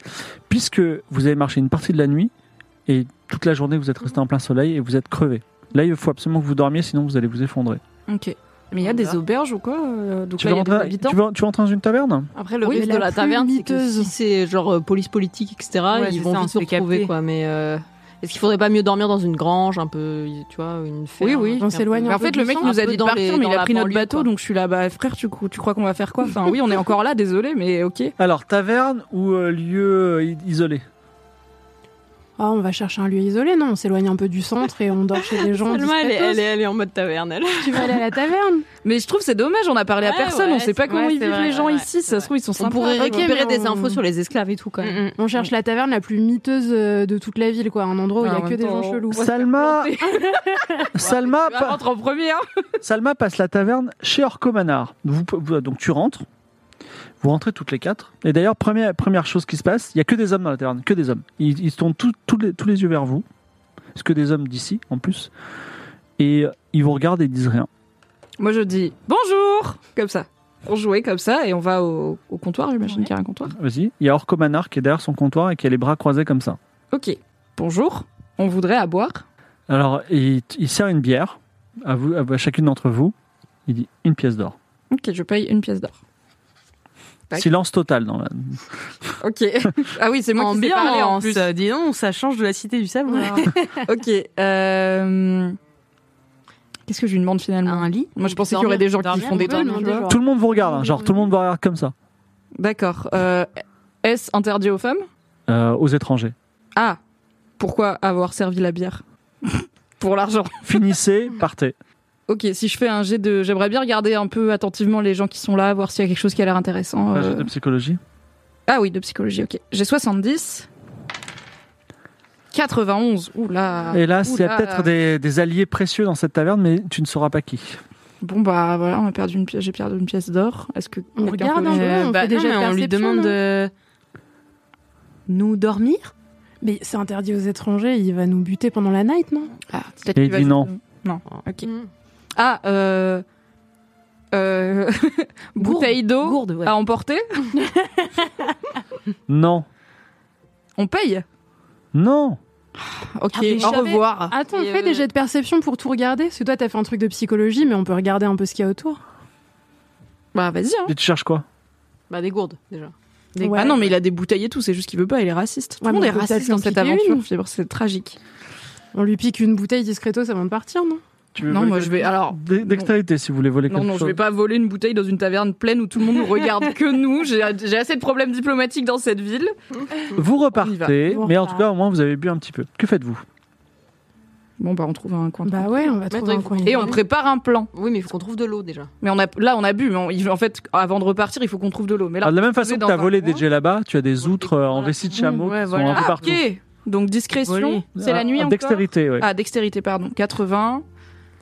puisque vous avez marché une partie de la nuit et toute la journée vous êtes resté en plein soleil et vous êtes crevé. Là, il faut absolument que vous dormiez, sinon vous allez vous effondrer.
Ok. Mais il y a des auberges ou quoi euh, Donc
Tu
là,
veux,
il y a des
rentrer,
habitants.
tu, veux- tu rentres dans une taverne
Après, le
Oui,
risque
de la taverne, c'est que si c'est genre euh, police politique, etc.,
Ouais, c'est
ils vont
ça, on
vite
se
se
fait
retrouver,
capter.
quoi. Mais euh, est-ce qu'il faudrait pas mieux dormir dans une grange, un peu, tu vois, une ferme
Oui, oui.
un truc
On
un
s'éloigne
peu-
Mais en
peu
fait, le
du
mec
sang,
nous
un
a
peu
dit de
dans
partir,
les-
mais il
dans
a
la
pris notre
banlieue,
bateau,
quoi.
donc je suis là, bah frère, tu, cou- tu crois qu'on va faire quoi Enfin, oui, on est encore là, désolé, mais ok.
Alors, taverne ou euh, lieu euh, i- isolé
Ah, on va chercher un lieu isolé, non On s'éloigne un peu du centre et on dort chez des gens.
Selma, elle, est-
discretos.
elle est, elle est en mode taverne, elle.
Tu vas aller à la taverne
Mais je trouve c'est dommage, on a parlé à
Ouais,
personne,
ouais,
on sait pas
c'est-
comment
ouais,
ils
c'est
vivent
vrai,
les gens
ouais,
ici, ça se trouve ils sont
On
sympas.
pourrait
Ok,
récupérer
mais
des
on-
infos sur les esclaves et tout, quand même.
On cherche la taverne la plus miteuse euh, de toute la ville, quoi. Un endroit où il y
Ouais,
a
en
que
même
des
temps,
gens chelous.
Salma, Salma,
Tu
pa-
rentres en premier. hein.
Salma passe la taverne chez Orcomanard. Vous, pou- vous- donc tu rentres, vous rentrez toutes les quatre. Et d'ailleurs, première, première chose qui se passe, il y a que des hommes dans la taverne, que des hommes. Ils, ils se tournent tous- tous les, tous les yeux vers vous, parce que des hommes d'ici en plus. Et euh, ils vous regardent et ils disent rien.
Moi je dis bonjour, comme ça. On jouait comme ça et on va au, au comptoir, j'imagine qu'il y a un comptoir.
Vas-y, il y a Orcomanard qui est derrière son comptoir et qui a les bras croisés comme ça.
Ok, bonjour, on voudrait à boire.
Alors, il, il sert une bière à, vous, à chacune d'entre vous. Il dit une pièce d'or.
Ok, je paye une pièce d'or. Tac.
Silence total dans la.
Ok. Ah oui, c'est moi qui sais parler en plus.
euh, Dis donc, ça change de la cité du savoir.
Ok. euh, Qu'est-ce que je lui demande finalement
Mm.
Un lit.
Moi je pensais qu'il y aurait des gens qui
Dormir,
font des
on peut
trucs.
demander,
tu vois.
genre.
Tout le monde vous regarde, hein, genre tout le monde vous regarde comme ça.
D'accord. euh, Est-ce interdit aux femmes
Euh, aux étrangers.
Ah, pourquoi avoir servi la bière Pour l'argent.
Finissez, partez.
Ok, si je fais un jet de... J'aimerais bien regarder un peu attentivement les gens qui sont là, voir s'il y a quelque chose qui a l'air intéressant.
Un
euh.
jet de psychologie.
Ah oui, de psychologie, ok. J'ai 70. 91, oula.
Hélas, il y a
Ah. Oula.
peut-être des, des alliés précieux dans cette taverne, mais tu ne sauras pas qui.
Bon bah voilà, on a perdu une pièce, j'ai perdu une pièce d'or. Est-ce que
On
quelqu'un
regarde
peut-
un peu, on
bah,
fait des
non,
jets
mais
de
on lui
perception,
demande
non
de nous dormir.
Mais c'est interdit aux étrangers, il va nous buter pendant la night, non
Ah, peut-être
Et il
qu'il va
dit
juste-
non.
Non, ok.
Mm.
Ah, euh... euh, Bouteille d'eau
Gourde, ouais.
à emporter
Non,
On paye
non.
Ok,
Ah, mais je
au
savais.
revoir.
Attends,
Et
fais
euh,
des jets de perception pour tout regarder. Parce que toi, t'as fait un truc de psychologie, mais on peut regarder un peu ce qu'il y a autour.
Bah vas-y. Hein.
Et tu cherches quoi
Bah des gourdes, déjà.
Des-
Ouais.
Ah non, mais il a des bouteilles et tout, c'est juste qu'il veut pas, il est raciste. Tout le
Ouais,
monde
mais
est
on peut
raciste
peut-être lui
dans
en
cette
piquer
aventure,
une.
Fibre, c'est tragique.
On lui pique une bouteille discretos avant de partir, non
tu veux
Non,
voler
moi
quelque-
je vais. Alors.
Dé- Dextérité, si vous voulez voler
Non,
quelque
non, je
chose.
vais pas voler une bouteille dans une taverne pleine où tout le monde nous regarde que nous. J'ai j'ai assez de problèmes diplomatiques dans cette ville.
Vous
y va.
repartez,
On
mais en tout
repart.
cas, au moins, vous avez bu un petit peu. Que faites-vous
Bon, bah on trouve un coin.
Bah ouais, on va
Mais
trouver
attends,
un coin.
Et on prépare un plan.
Oui, mais il faut qu'on trouve de l'eau, déjà.
Mais on a, là, on a bu. Mais on- il- en fait, avant de repartir, il faut qu'on trouve de l'eau. Mais là,
Alors, De la même façon
on est
que tu as
dans un
volé des
coin.
jets là-bas, tu as des
On
outres euh, en
découvre
vessie de chameau
Ouais,
qui
voilà.
sont un peu
Ah,
partout.
ok. Donc discrétion.
Voler.
C'est
Ah,
la nuit encore.
Dextérité, oui.
Ah, dextérité, pardon. 80.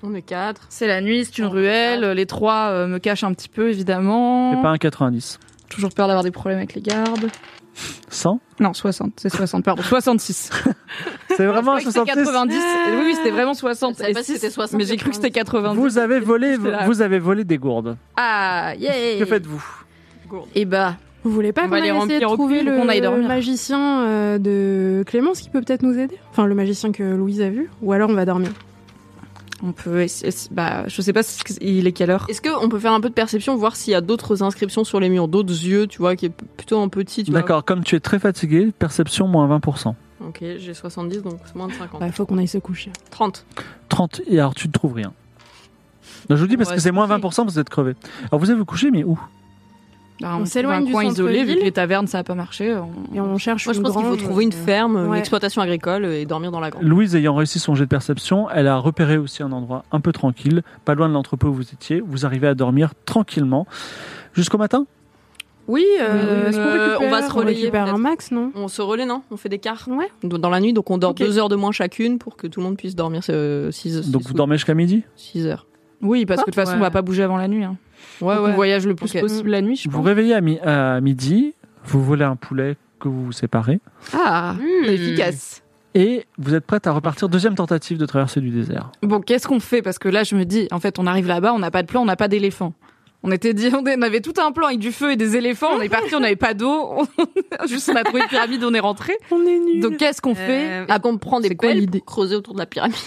On est quatre.
C'est la nuit,
Oh,
c'est une ruelle. Les trois euh, me cachent un petit peu, évidemment.
Et pas un 90.
Toujours peur d'avoir des problèmes avec les gardes.
100
Non, 60, c'est 60, pardon, 66.
C'est vraiment un
Ah, Je croyais que c'était
66
90. Oui, oui, c'était vraiment 60.
Je savais
et
pas si
six,
c'était 60,
mais j'ai cru que c'était 90.
Vous avez volé,
J'étais là.
vous avez volé des gourdes.
Ah, yeah
Que faites-vous
Et bah,
Vous voulez pas
On
qu'on
va les
aille essayer de
remplir au
trouver
cul,
le
qu'on aille dormir.
magicien euh, de Clémence qui peut peut-être nous aider Enfin, le magicien que Louise a vu Ou alors on va dormir
on peut essayer. Bah, je sais pas, si- il est quelle heure
Est-ce qu'on peut faire un peu de perception, voir s'il y a d'autres inscriptions sur les murs, d'autres yeux, tu vois, qui est p- plutôt en petit, tu vois.
D'accord, comme tu es très fatigué, perception moins 20%.
Ok, j'ai 70, donc c'est moins de 50.
Bah, faut qu'on aille se coucher.
30.
30, et alors tu ne trouves rien. Non, je vous dis parce
Ouais,
que c'est
c'est
moins
ok.
20% parce que vous êtes crevé. Alors vous allez vous coucher, mais où
Bah,
On
trouve
s'éloigne
un
du
coin isolé, vu
centre-ville.
que les tavernes ça a pas marché. on-
Et on cherche
Moi, je
une
pense qu'il faut
grange,
trouver une
euh,
ferme, une
ouais.
exploitation agricole euh, et dormir dans la grande.
Louise ayant réussi son jet de perception, elle a repéré aussi un endroit un peu tranquille, pas loin de l'entrepôt où vous étiez. Vous arrivez à dormir tranquillement jusqu'au matin
Oui, euh,
Oui,
est-ce qu'on
euh,
récupère-
on va se relayer,
On récupère un
peut-être.
max, non
On se relaie, non On fait des quarts
Ouais.
d- dans la nuit, donc on dort
Ok.
deux heures de moins chacune pour que tout le monde puisse dormir euh, 6
Donc vous dormez jusqu'à midi
heures.
Oui, parce que de toute façon,
Ouais.
on va pas bouger avant la nuit. hein.
Ouais,
Donc, On voyage le plus
Ok.
possible la nuit, je
Vous vous
pense.
réveillez à, mi- à midi, vous volez un poulet que vous vous séparez,
Ah,
Hmm.
efficace.
et vous êtes prête à repartir. Deuxième tentative de traversée du désert.
Bon, qu'est-ce qu'on fait Parce que là, je me dis, en fait, on arrive là-bas, on n'a pas de plan, on n'a pas d'éléphant. On était dit, on avait tout un plan avec du feu et des éléphants. On est parti, on n'avait pas d'eau. on- Juste, on a trouvé une pyramide, on est rentré.
On est nuls.
Donc, qu'est-ce qu'on fait Ah,
Fait, à qu'on prend Ah, des
c'est quoi
pelles
l'idée
pour creuser autour de la pyramide.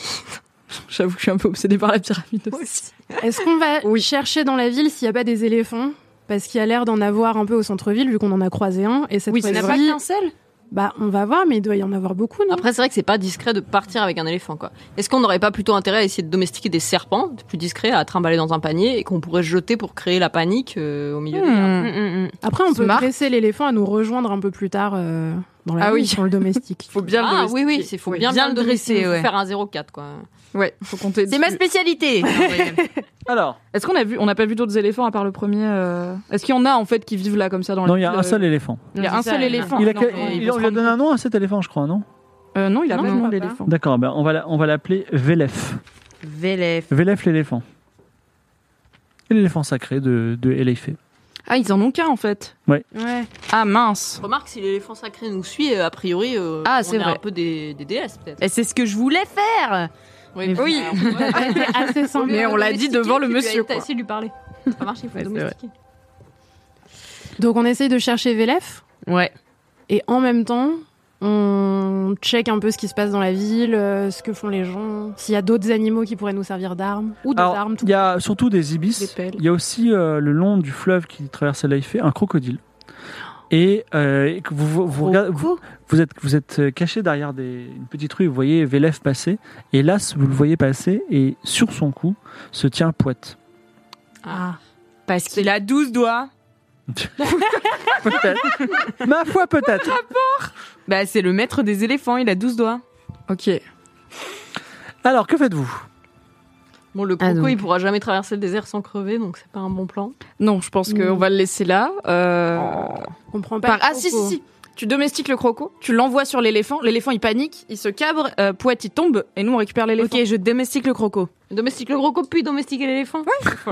J'avoue que je suis un peu obsédée par la pyramide aussi.
Est-ce qu'on va
Oui.
chercher dans la ville s'il n'y a pas des éléphants Parce qu'il y a l'air d'en avoir un peu au centre-ville, vu qu'on en a croisé un. Et cette
Oui, c'est
fois-ci,
vrai.
seul
bah, on va voir, mais il doit y en avoir beaucoup,
Ah
non
Après, c'est vrai que c'est pas discret de partir avec un éléphant, quoi. Est-ce qu'on n'aurait pas plutôt intérêt à essayer de domestiquer des serpents, de plus discrets, à trimballer dans un panier et qu'on pourrait jeter pour créer la panique euh, au milieu des arbres
Hmm.
Après, on peut
Smart.
dresser l'éléphant à nous rejoindre un peu plus tard euh, dans la
Ah
ville,
oui.
sur le domestique.
Faut bien
Ah
le
oui, oui, il
c'est
faut bien, bien le dresser, faut faire un 0,4, quoi.
Ouais, faut compter.
C'est ma spécialité.
Alors,
Est-ce qu'on a vu On n'a pas vu d'autres éléphants à part le premier. euh, Est-ce qu'il y en a en fait qui vivent là comme ça dans
non,
le
il y a un seul éléphant.
Il y a un seul éléphant.
Il a,
Non,
que-
mais
il-
ils vont
on
se
lui a
rendre
donné un nom à cet éléphant, je crois, non
compte. Euh, non, il a
Non,
pas de
non,
nom
pas.
l'éléphant.
D'accord, ben on va la- on va l'appeler Vélef.
VLF.
Vélef l'éléphant. Et L'éléphant sacré de, de Éléphée.
Ah, ils en ont qu'un en fait.
Ouais.
Ah mince.
Remarque, si l'éléphant sacré nous suit, euh, a priori, euh,
Ah,
on
c'est
est
vrai.
un peu des, des déesses, peut-être.
Et c'est ce que je voulais faire.
Oui,
mais-
Eh, oui.
C'est assez simple.
Mais on l'a dit devant le monsieur,
T'as
quoi.
essayé de lui parler. Ça marche, il faut
Ouais, c'est
domestiquer.
Donc on essaye de chercher Vélef
Ouais.
et en même temps on check un peu ce qui se passe dans la ville, euh, ce que font les gens, s'il y a d'autres animaux qui pourraient nous servir d'armes ou des
Alors,
armes. Tout.
il y a surtout des
Des
ibis.
pelles.
Il y a aussi euh, le long du fleuve qui traverse Éléphée, un crocodile. Et, euh, et que vous, vous, vous regardez- vous- vous êtes, vous êtes euh, caché derrière des, une petite rue, vous voyez Vélef passer. Et là, vous le voyez passer, et sur son cou se tient Poète.
Ah.
Parce qu'il a
12 doigts.
Peut-être. Ma foi, peut-être.
Bah, c'est le maître des éléphants, il a 12 doigts.
Ok.
Alors, que faites-vous
Bon, le
Ah,
croco,
donc.
il pourra jamais traverser le désert sans crever, donc c'est pas un bon plan.
Non, je pense qu'on va le laisser là. Euh...
On comprend pas.
par-
le
Ah si si
propos.
si. Tu domestiques le croco, tu l'envoies sur l'éléphant, l'éléphant il panique, il se cabre, euh, Pouette il tombe et nous on récupère l'éléphant.
Ok, je domestique le croco.
Domestique le croco, puis domestiquer l'éléphant. hein.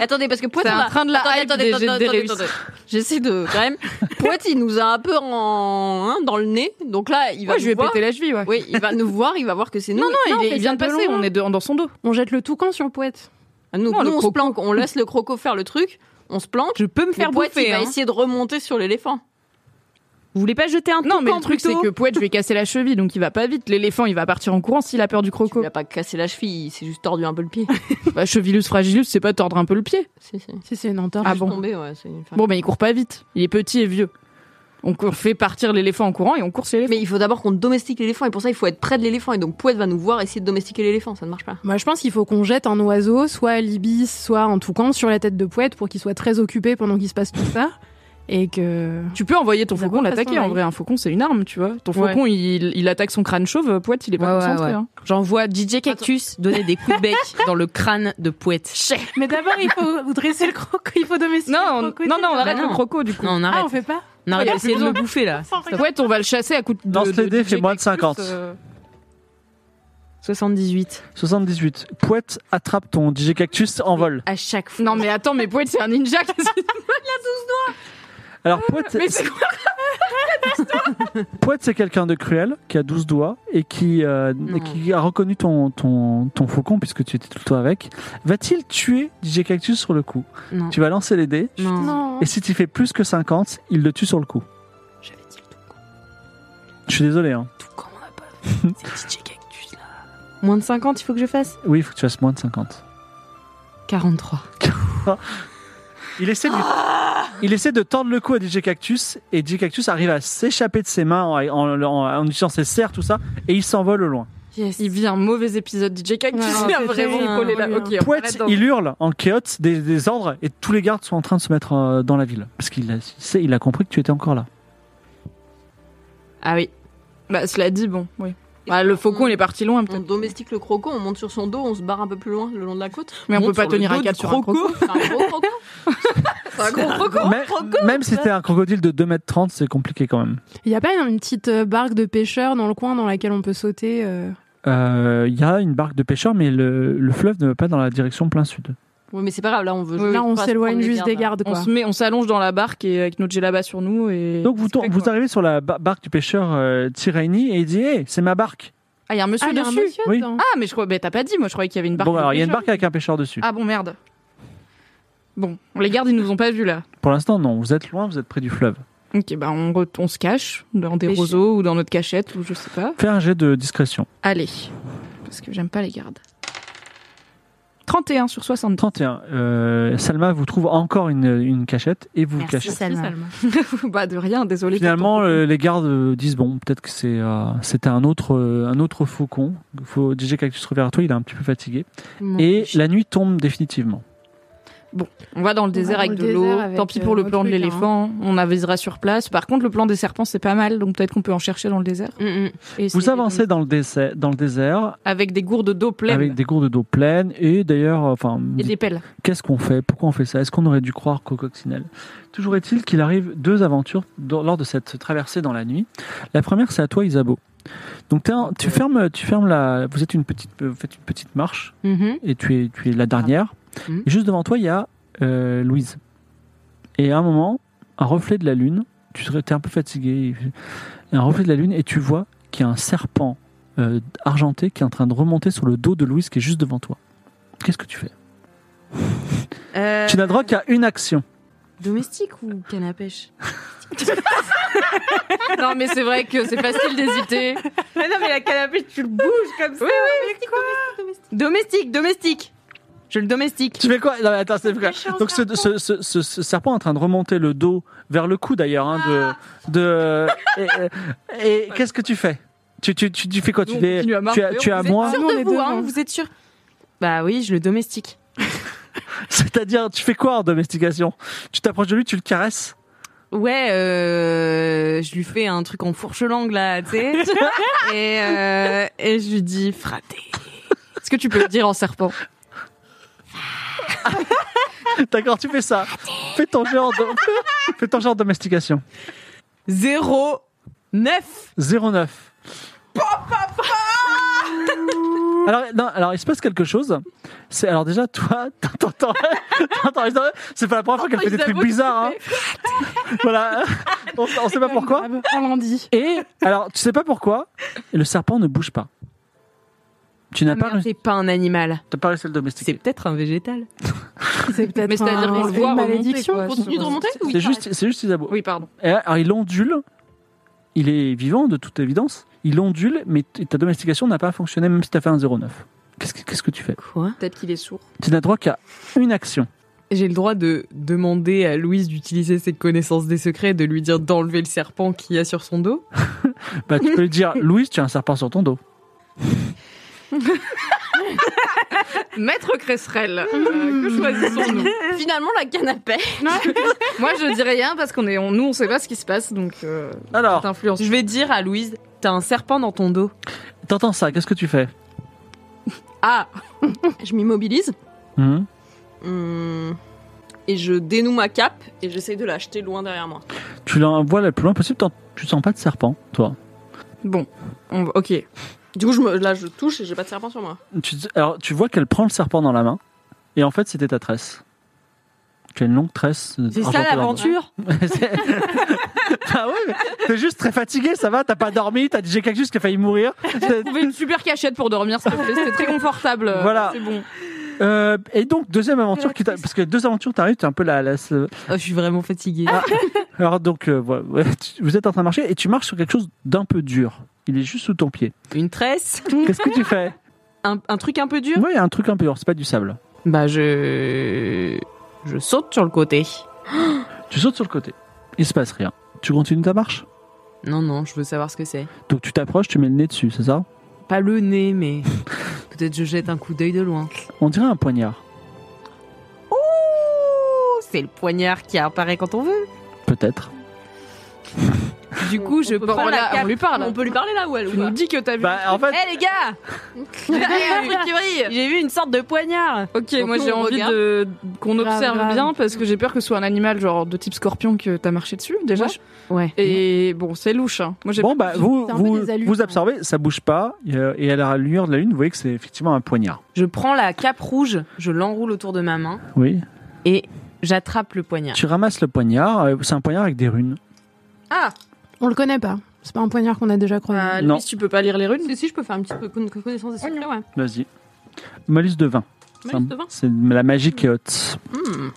Attendez, parce que Poète,
C'est
on
en
a-
train de la
Attendez,
hype
attendez,
des
attendez,
jets de
attendez,
réussite.
attendez. J'essaie de quand même. Poète, il nous a un peu en hein, dans le nez, donc là, il va
Ouais,
nous
je lui ai
voir.
pété la cheville ouais.
Oui, il va nous voir, il va voir que c'est nous.
Non, non,
Non,
il,
on
est-
fait
il vient
ça
de
de
passer,
loin.
on est de- dans son dos.
On jette le toucan sur Poète.
Nous,
Non,
nous,
le
on se
croco.
planque, on laisse le croco faire le truc, on se planque.
Je peux me
mais
faire
Poète, il
bouffer.
va
hein.
essayer de remonter sur l'éléphant.
Vous voulez pas jeter un
Non, mais
toucan
le truc, c'est
plutôt
que Pouette, je lui ai cassé la cheville, donc il va pas vite. L'éléphant, il va partir en courant s'il a peur du
Tu
croco.
lui as pas cassé la cheville, il s'est juste tordu un peu le pied.
Bah, chevilus fragilus, c'est pas tordre un peu le pied.
si, si.
Si c'est une entorse.
Ah
Juste
bon.
tombé, ouais, c'est une fin.
Bon, mais il court pas vite. Il est petit et vieux. On court- fait partir l'éléphant en courant et on course l'éléphant.
Mais il faut d'abord qu'on domestique l'éléphant et pour ça il faut être près de l'éléphant et donc Pouette va nous voir essayer de domestiquer l'éléphant, ça ne marche pas.
Moi je pense qu'il faut qu'on jette un oiseau, soit l'ibis, soit un toucan sur la tête de Poète pour qu'il soit très occupé pendant qu'il se passe tout ça et que
Tu peux envoyer ton
Ça
faucon
court, de
l'attaquer.
façon,
En
ouais.
vrai, un faucon, c'est une arme, tu vois. Ton
Ouais.
faucon, il, il attaque son crâne chauve. Poète, il est pas
Ouais, ouais,
concentré.
ouais.
hein.
J'envoie DJ Cactus donner des coups de bec dans le crâne de Pouette.
Mais d'abord il faut dresser le croco, il faut domestiquer
Non, on,
le croco.
non, non, on arrête
non.
le croco, du coup.
Non, on
Ah,
arrête.
on fait pas
on arrête
y a
d'essayer
plus
de le
de-
bouffer là.
Poète, on va le chasser à coups de.
Lance
de-
les
de
dés,
DJ
fais-moi de
Cactus,
50.
euh,
78.
78. Poète attrape ton DJ Cactus en vol.
À chaque fois.
Non, mais attends, mais Poète, c'est un ninja. qu'est-ce que-
Alors, Poète,
Mais c'est quoi
Poète, c'est quelqu'un de cruel, qui a 12 doigts et qui, euh,
Non.
qui a reconnu ton, ton, ton faucon puisque tu étais tout le temps avec. Va-t-il tuer DJ Cactus sur le coup
Non.
Tu vas lancer les dés.
Non.
Non.
Et si tu fais plus que 50, il le tue sur le coup.
J'avais dit le toucan.
Je suis désolé. Hein.
Toucan, on n'a pas C'est DJ Cactus là.
Moins de 50, il faut que je fasse
Oui, il faut que tu fasses moins de 50.
43.
Il essaie, de,
Ah
il essaie de tordre le cou à DJ Cactus et DJ Cactus arrive à s'échapper de ses mains en, en- en- en utilisant ses serres, tout ça, et il s'envole au loin.
Yes.
Il vit un mauvais épisode DJ Cactus,
Ouais, hein.
il a
c'est
vraiment
terrible.
collé là. Ok, on
Poète,
arrête d'en-
il hurle en chaos des, des ordres et tous les gardes sont en train de se mettre euh, dans la ville. Parce qu'il a, il sait- il a compris que tu étais encore là.
Ah oui.
Bah, cela dit, bon, oui. Bah, le
Mm.
faucon, il est parti loin,
On
peut-être.
domestique le croco, on monte sur son dos, on se barre un peu plus loin le long de la côte.
Mais on
monte
peut pas
sur le
tenir un
dos
cap
du
sur un croco.
C'est un gros croco. C'est un gros croco.
Oh,
Mais- même si c'était un crocodile de 2m30, c'est compliqué quand même.
Il n'y a pas une, une petite euh, barque de pêcheurs dans le coin dans laquelle on peut sauter euh,
Euh, Il y a une barque de pêcheurs, mais le, le fleuve ne va pas dans la direction plein sud.
Oui, mais c'est pas grave, là on veut.
Là,
on
on
va se
s'éloigne
prendre les
juste des
gardes.
gardes,
hein. On
quoi.
se met, on s'allonge dans la barque et avec notre gelaba sur nous et.
Donc vous,
C'est fait
tour- vous
quoi.
arrivez sur la ba- barque du pêcheur euh, Tiraini et il dit Hey, c'est ma barque
Ah, il y a un
Ah,
monsieur
il y a un
dessus.
monsieur
Oui.
dedans.
Ah, mais je crois, bah, t'as pas dit, moi je croyais qu'il y avait une barque.
Bon,
de
alors il y a une
pêcheurs.
barque avec un pêcheur dessus.
Ah bon, merde. Bon, les gardes ils nous ont pas vus là.
Pour l'instant, non, vous êtes loin, vous êtes près du fleuve.
Ok, bah on, re- on se cache dans des
Mais je-
roseaux ou dans notre cachette ou je sais pas.
Fais un jet de discrétion.
Allez, parce que j'aime pas les gardes. 31 sur 60.
31. euh, Salma vous trouve encore une, une cachette et vous vous
Merci,
cachez.
Salma.
bah de rien, désolé.
Finalement, euh, les gardes euh, disent bon, peut-être que c'est euh, c'était un autre euh, un autre faucon. Faut, DJ Cactus revient à toi, il est un petit peu fatigué.
Mon
Et
Dieu.
la nuit tombe définitivement.
on va dans le
va
désert
dans
avec
le
de l'eau.
désert avec,
Tant pis
euh,
pour le
nos
plan de
trucs,
l'éléphant, on avisera sur place. Par contre, le plan des serpents c'est pas mal, donc peut-être qu'on peut en chercher dans le désert.
Mm, mm.
Et
Vous
essayer
avancez
de-
dans le, désert, dans le désert
avec des gourdes d'eau pleines
avec des gourdes d'eau pleines et d'ailleurs, euh, enfin,
et des pelles.
qu'est-ce qu'on fait Pourquoi on fait ça Est-ce qu'on aurait dû croire qu'au coccinelle Toujours est-il qu'il arrive deux aventures dans- lors de cette traversée dans la nuit. La première, c'est à toi, Isabeau. Donc t'es un- tu fermes, tu fermes la. Vous êtes une petite, vous faites une petite marche
Mm-hmm.
Mhm.
et tu es, tu es la dernière.
Mhm.
Et juste devant toi, il y a euh, Louise. Et à un moment, un reflet de la lune, tu es un peu fatigué, et un reflet de la lune, et tu vois qu'il y a un serpent euh, argenté qui est en train de remonter sur le dos de Louise qui est juste devant toi. Qu'est-ce que tu fais
Euh,
Tu n'as droit qu'à une action.
Domestique ou canne à pêche
non mais c'est vrai que c'est facile d'hésiter.
Mais non, mais la canne à pêche, tu le bouges comme ça. Oui, oui, domestique, domestique, domestique. Je le domestique.
Tu fais quoi Non, mais attends, c'est quoi Donc ce, ce- ce- ce- ce serpent est en train de remonter le dos vers le cou d'ailleurs
Ah.
hein, de de et, et- et qu'est-ce que tu fais tu, tu, tu, tu fais quoi tu,
Nous, on
les-
continue à
tu, as-
marcher,
tu
on
as
faisait
moi
Ah, nous,
Sûr
on
de
est
vous,
devant.
hein, vous êtes sûr Bah oui, je le domestique.
C'est-à-dire, tu fais quoi en domestication Tu t'approches de lui, tu le caresses
Ouais, euh, je lui fais un truc en fourche-langue là, tu sais. et, euh, et je lui dis fraté.
Est-ce que tu peux le dire en serpent
D'accord, tu fais ça. Fais ton genre de... fais ton genre de domestication.
0 9.
09. Alors, non, alors, il se passe quelque chose. C'est alors déjà toi, t'entends, t'entends- t'entends- c'est pas la première fois qu'elle fait des trucs bizarres. hein. voilà, on, on sait pas pourquoi.
Grave, On l'en dit.
Et alors, tu sais pas pourquoi, le serpent ne bouge pas. Tu n'as pas, réussi-
C'est pas un animal,
t'as pas réussi à le
Ah, c'est
domestiquer.
peut-être un végétal.
C'est peut-être
Mais c'est-à-dire
un-
qu'on le voit
une
remonter,
malédiction.
quoi.
On continue de remonter ou
C'est
il
juste, c'est juste Isabeau.
Oui, pardon.
Et alors, il ondule. Il est vivant, de toute évidence. Il ondule, mais t- ta domestication n'a pas fonctionné, même si tu as fait un 09. Qu'est-ce que, qu'est-ce que tu fais
Quoi
Peut-être qu'il est sourd.
Tu n'as droit qu'à une action.
J'ai le droit de demander à Louise d'utiliser ses connaissances des secrets, de lui dire d'enlever le serpent qu'il y a sur son dos.
Bah, tu peux lui dire Louise, tu as un serpent sur ton dos.
Maître Cresserelle, euh, que choisissons-nous
gardes. Finalement, la canne à pêche.
Moi, je dis rien parce qu'on est, on- nous, on sait pas ce qui se passe, donc euh,
Alors,
t'influences.
Je vais dire à Louise, t'as un serpent dans ton dos.
t'entends ça, qu'est-ce que tu fais
Ah,
Je m'immobilise
Hum
hum, et je dénoue ma cape et j'essaye de l'acheter loin derrière moi.
Tu l'envoies le plus loin possible, t'en- tu sens pas de serpent, toi.
bon, on va- ok.
Du coup, je me, là, je touche et j'ai pas de serpent sur moi.
Tu, alors, tu vois qu'elle prend le serpent dans la main, et en fait, c'était ta tresse. euh, Tu as une longue tresse.
C'est ça
argentée dans le dos.
l'aventure
C'est- Ah ouais, mais t'es juste très fatigué, ça va, t'as pas dormi, t'as digéré quelque chose qui a failli mourir. T'as-
Trouver une super cachette pour dormir, s'il te plaît, c'était très confortable. euh,
Voilà.
C'est bon.
Euh, et donc, deuxième aventure, qui t'a- parce que deux aventures t'arrivent, t'es un peu la, la-
Oh, je suis vraiment fatiguée.
Ah.
Alors donc, euh, voilà, ouais, tu- vous êtes en train de marcher et tu marches sur quelque chose d'un peu dur. Il est juste sous ton pied.
Ah. Une tresse
Qu'est-ce que tu fais
Un, un truc un peu dur.
Oui, il y a un truc un peu dur, c'est pas du sable.
Bah je je saute sur le côté.
Tu sautes sur le côté, il se passe rien. Tu continues ta marche
Non non, je veux savoir ce que c'est.
Donc tu t'approches, tu mets le nez dessus, c'est ça
Pas le nez, mais peut-être je jette un coup d'œil de loin.
On dirait un poignard.
Oh, c'est le poignard qui apparaît quand on veut.
Peut-être.
Du coup, je
peut
prends
pas-
la
on
cape.
lui parle.
On peut lui parler là ou elle ou
Tu nous
pas
dis que t'as vu.
Bah, en fait,
Eh les gars, j'ai vu une sorte de poignard.
Ok,
Donc,
moi
nous,
j'ai
on
envie
regarde.
de qu'on
Grave,
observe
grave.
bien parce que j'ai peur que ce soit un animal genre de type scorpion que t'as marché dessus déjà.
Ouais.
Et bon, c'est louche. hein. Moi j'ai
bon bah vous
C'est un peu
vous,
des allures,
vous
hein.
absorbez, ça bouge pas et euh, et à la lueur de la lune, vous voyez que c'est effectivement un poignard.
Je prends la cape rouge, je l'enroule autour de ma main
Oui.
et j'attrape le poignard.
Tu ramasses le poignard, euh, c'est un poignard avec des runes.
Ah,
On le connaît pas. C'est pas un poignard qu'on a déjà croisé.
Ah,
Non.
Louis, tu peux pas lire les runes.
Si, si, je peux faire un petit peu de connaissance des secrets, ouais.
Vas-y. Malus de 20.
Malus de 20.
C'est la magie qui est haute.
Hmm.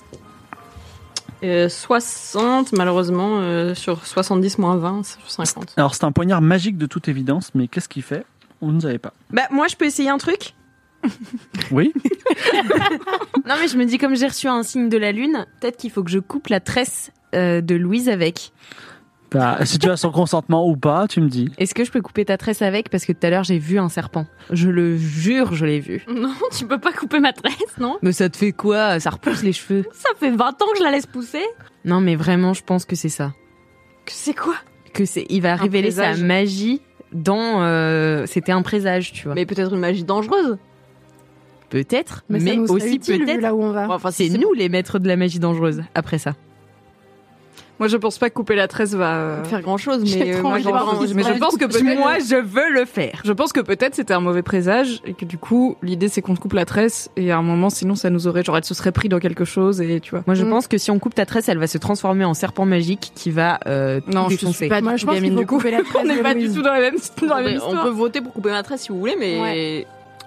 Euh, 60, malheureusement, euh, sur 70 moins 20, c'est sur 50.
Alors c'est un poignard magique de toute évidence, mais qu'est-ce qu'il fait On ne savait pas.
bah moi je peux essayer un truc.
Oui
Non mais je me dis comme j'ai reçu un signe de la lune, peut-être qu'il faut que je coupe la tresse euh, de Louise avec.
Bah, Si tu as son consentement ou pas, tu me dis.
Est-ce que je peux couper ta tresse avec parce que tout à l'heure j'ai vu un serpent. Je le jure, je l'ai vu.
Non, tu peux pas couper ma tresse, non
Mais ça te fait quoi Ça repousse les cheveux.
Ça fait 20 ans que je la laisse pousser.
Non mais vraiment, je pense que c'est ça.
Que C'est quoi
Que c'est il va révéler sa
présage.
magie dans euh, c'était un présage, tu vois.
Mais peut-être une magie dangereuse.
peut-être,
mais
mais,
ça nous serait
aussi
utile, vu
peut-être
là où on va.
Enfin,
c'est nous les maîtres de la magie dangereuse après ça.
Moi je pense pas que couper la tresse va euh,
faire grand chose,
J'ai
mais, euh,
trop
moi,
envie de
j'en-
voir ce qui se
mais
passe.
je pense que peut-être.
Moi, je veux le faire.
Je pense que peut-être c'était un mauvais présage et que du coup l'idée c'est qu'on te coupe la tresse et à un moment sinon ça nous aurait genre elle se serait pris dans quelque chose et tu vois.
Moi, je
Mm.
pense que si on coupe ta tresse, elle va se transformer en serpent magique qui va euh, tout
Non, je
défoncer.
suis pas
Moi,
du
je
tout
pense qu'il
gamine
faut
du coup.
couper la tresse
On n'est
de
pas
Louise.
du tout dans la même, dans la même
Mais on
histoire.
peut voter pour couper ma tresse si vous voulez, mais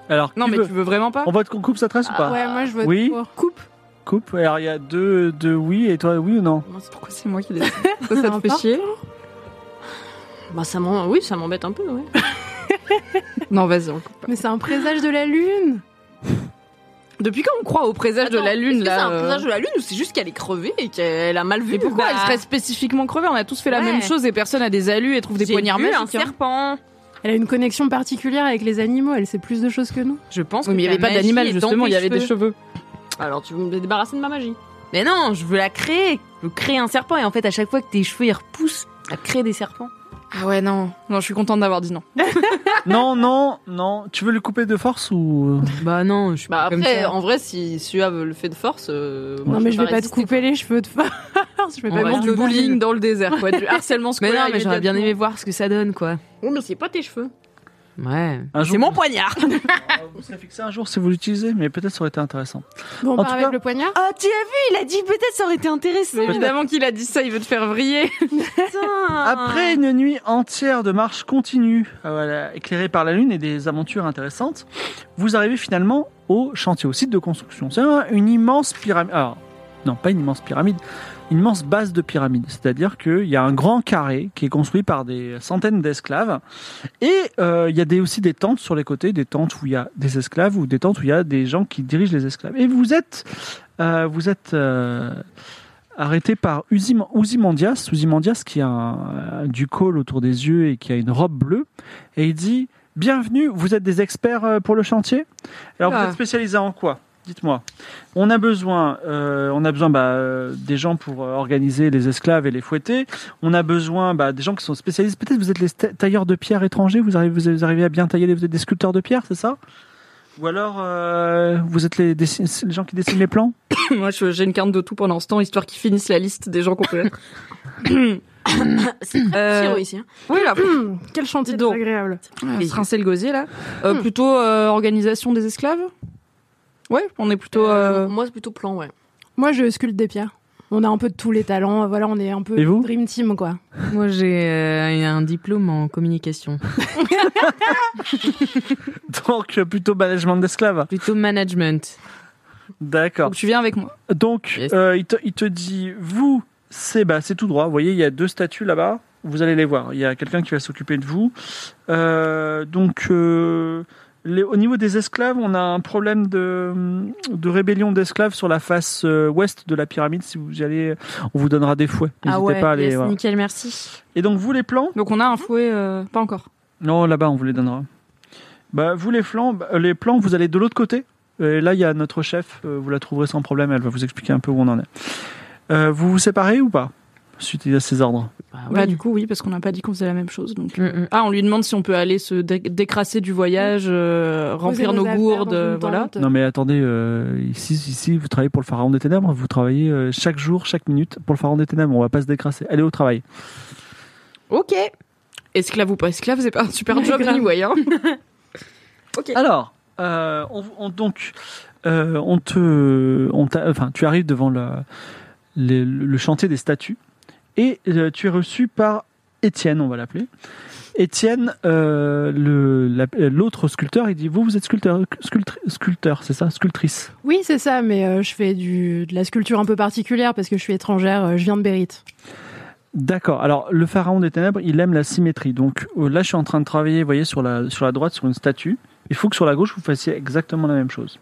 Alors,
Non
qui
mais
veut
tu veux vraiment pas Ah,
on vote qu'on coupe sa tresse ou pas
Ouais, moi je vote
Oui.
pour.
Coupe.
Coupe. Alors il y a deux, deux oui et toi oui ou non
Pourquoi c'est moi qui décide Ça, ça te fait
N'importe.
chier
bah ça m'en- oui, ça m'embête un peu. Ouais.
Non vas-y. on coupe.
Mais c'est un présage de la lune.
Depuis quand on croit au présage de
Attends,
la lune
est-ce que
là
c'est un
euh,
présage de la lune ou c'est juste qu'elle est crevée et qu'elle a mal vu
Mais pourquoi
Bah,
elle serait spécifiquement crevée On a tous fait la
Ouais.
même chose et personne a des alus et trouve des
J'ai
poignards
vu un
magiques, hein.
serpent.
Elle a une connexion particulière avec les animaux. Elle sait plus de choses que nous.
Je pense
Oui,
que
mais il n'y
ta
avait pas
magie
d'animal
est dans
justement, il y
tes
avait des cheveux.
Alors tu veux me débarrasser de ma magie
Mais non, je veux la créer. Je veux créer un serpent. Et en fait, à chaque fois que tes cheveux ils repoussent, ça crée des serpents.
Ah ouais non. Non je suis contente d'avoir dit non.
Non, non, non. Tu veux le couper de force ou euh,
Bah non, je suis
Bah
pas comme
après,
ça.
en vrai, si Suave le fait de force, euh, moi,
non,
je
mais
peux
je vais pas te
résister.
couper les cheveux de force. Je vais
On
pas
va
Vraiment
mettre
du
de
bullying dans le désert quoi, du harcèlement
Mais
scolaire.
non, mais j'aurais bien
immédiatement.
aimé voir ce que ça donne, quoi.
Oui, Oh, mais c'est pas tes cheveux.
Ouais.
un
C'est mon poignard.
Vous serez fixé un jour si vous l'utilisez, mais peut-être ça aurait été intéressant.
Bon, on
En
part
tout
avec
cas-
le poignard.
Ah,
Oh, tu as vu Il a dit peut-être ça aurait été intéressant.
Évidemment qu'il a dit ça, il veut te faire vriller.
Après une nuit entière de marche continue, euh, voilà, éclairée par la lune et des aventures intéressantes, vous arrivez finalement au chantier, au site de construction. C'est un- une immense pyramide. Alors, non, pas une immense pyramide, une immense base de pyramide. C'est-à-dire qu'il y a un grand carré qui est construit par des centaines d'esclaves. Et euh, il y a des, aussi des tentes sur les côtés, des tentes où il y a des esclaves ou des tentes où il y a des gens qui dirigent les esclaves. Et vous êtes. euh, vous êtes. euh, arrêté par Usim- Ouzimandias, Ouzimandias qui a un- euh, du col autour des yeux et qui a une robe bleue, et il dit Bienvenue, vous êtes des experts euh, pour le chantier Alors
Ah.
vous êtes spécialisé en quoi Dites-moi. On a besoin, euh, on a besoin bah, euh, des gens pour euh, organiser les esclaves et les fouetter. On a besoin bah, des gens qui sont spécialistes. Peut-être vous êtes les sta- tailleurs de pierre étrangers. Vous arrivez, vous arrivez à bien tailler. les- Vous êtes des sculpteurs de pierre, c'est ça Ou alors euh, vous êtes les, dessin- les gens qui dessinent les plans
Moi je- j'ai une carte de tout pendant ce temps, histoire qu'ils finissent la liste des gens qu'on peut être. Euh,
Siro, ici. hein.
oui là,
Hum, Quel chantier
Dis donc.
désagréable.
on se rincer le gosier là. Euh, Plutôt euh, organisation des esclaves Ouais, on est plutôt...
Euh,
euh,
Moi, c'est plutôt plan, ouais.
Moi, je sculpte des pierres. on a un peu de tous les talents. Voilà, on est un peu
Et vous
dream team quoi.
Moi, j'ai euh, un diplôme en communication,
Donc, euh, plutôt management d'esclaves.
plutôt management.
D'accord.
Donc tu viens avec moi.
Donc,
Yes.
euh, il, te, il te dit, vous, c'est bah, c'est tout droit. Vous voyez, il y a deux statues là-bas. Vous allez les voir. Il y a quelqu'un qui va s'occuper de vous. Euh, donc, euh, les- au niveau des esclaves, on a un problème de, de rébellion d'esclaves sur la face euh, ouest de la pyramide. Si vous y allez, on vous donnera des fouets. N'hésitez pas à aller.
Ah yes,
voilà.
nickel, merci.
Et donc, vous, les plans
Donc on a un fouet, euh, pas encore.
Non, là-bas, on vous les donnera. Bah, vous, les, flancs, bah, les plans, vous allez de l'autre côté. Et là, il y a notre chef. euh, vous la trouverez sans problème. Elle va vous expliquer un peu où on en est. Euh, vous vous séparez ou pas Suite à ces ordres.
Bah,
Bah
ouais.
du coup oui, parce qu'on n'a pas dit qu'on faisait la même chose. Donc.
Mm, mm.
Ah, on lui demande si on peut aller se dé- décrasser du voyage, euh, remplir
Poser
nos
affaires
gourdes,
dans
euh,
une
voilà.
tente.
Non, mais attendez. euh, ici, ici, vous travaillez pour le pharaon des ténèbres. Vous travaillez euh, chaque jour, chaque minute pour le pharaon des ténèbres. On va pas se décrasser. Allez au travail.
Ok.
Esclave ou pas esclave, c'est pas un super job
Grave.
anyway. Hein.
Alors, euh, on, on- donc, euh, on te, on t'a- enfin, tu arrives devant la- le, le chantier des statues et euh, tu es reçu par Étienne, on va l'appeler. Étienne, euh, le- la- l'autre sculpteur, il dit vous, vous êtes sculpteur, sculptri- sculpteur, c'est ça, sculptrice.
Oui, c'est ça, mais euh, je fais du, de la sculpture un peu particulière parce que je suis étrangère, euh, je viens de Bérite.
D'accord. Alors, le pharaon des ténèbres, il aime la symétrie. Donc euh, là, je suis en train de travailler, vous voyez, sur la, sur la droite, sur une statue. Il faut que sur la gauche, vous fassiez exactement la même chose.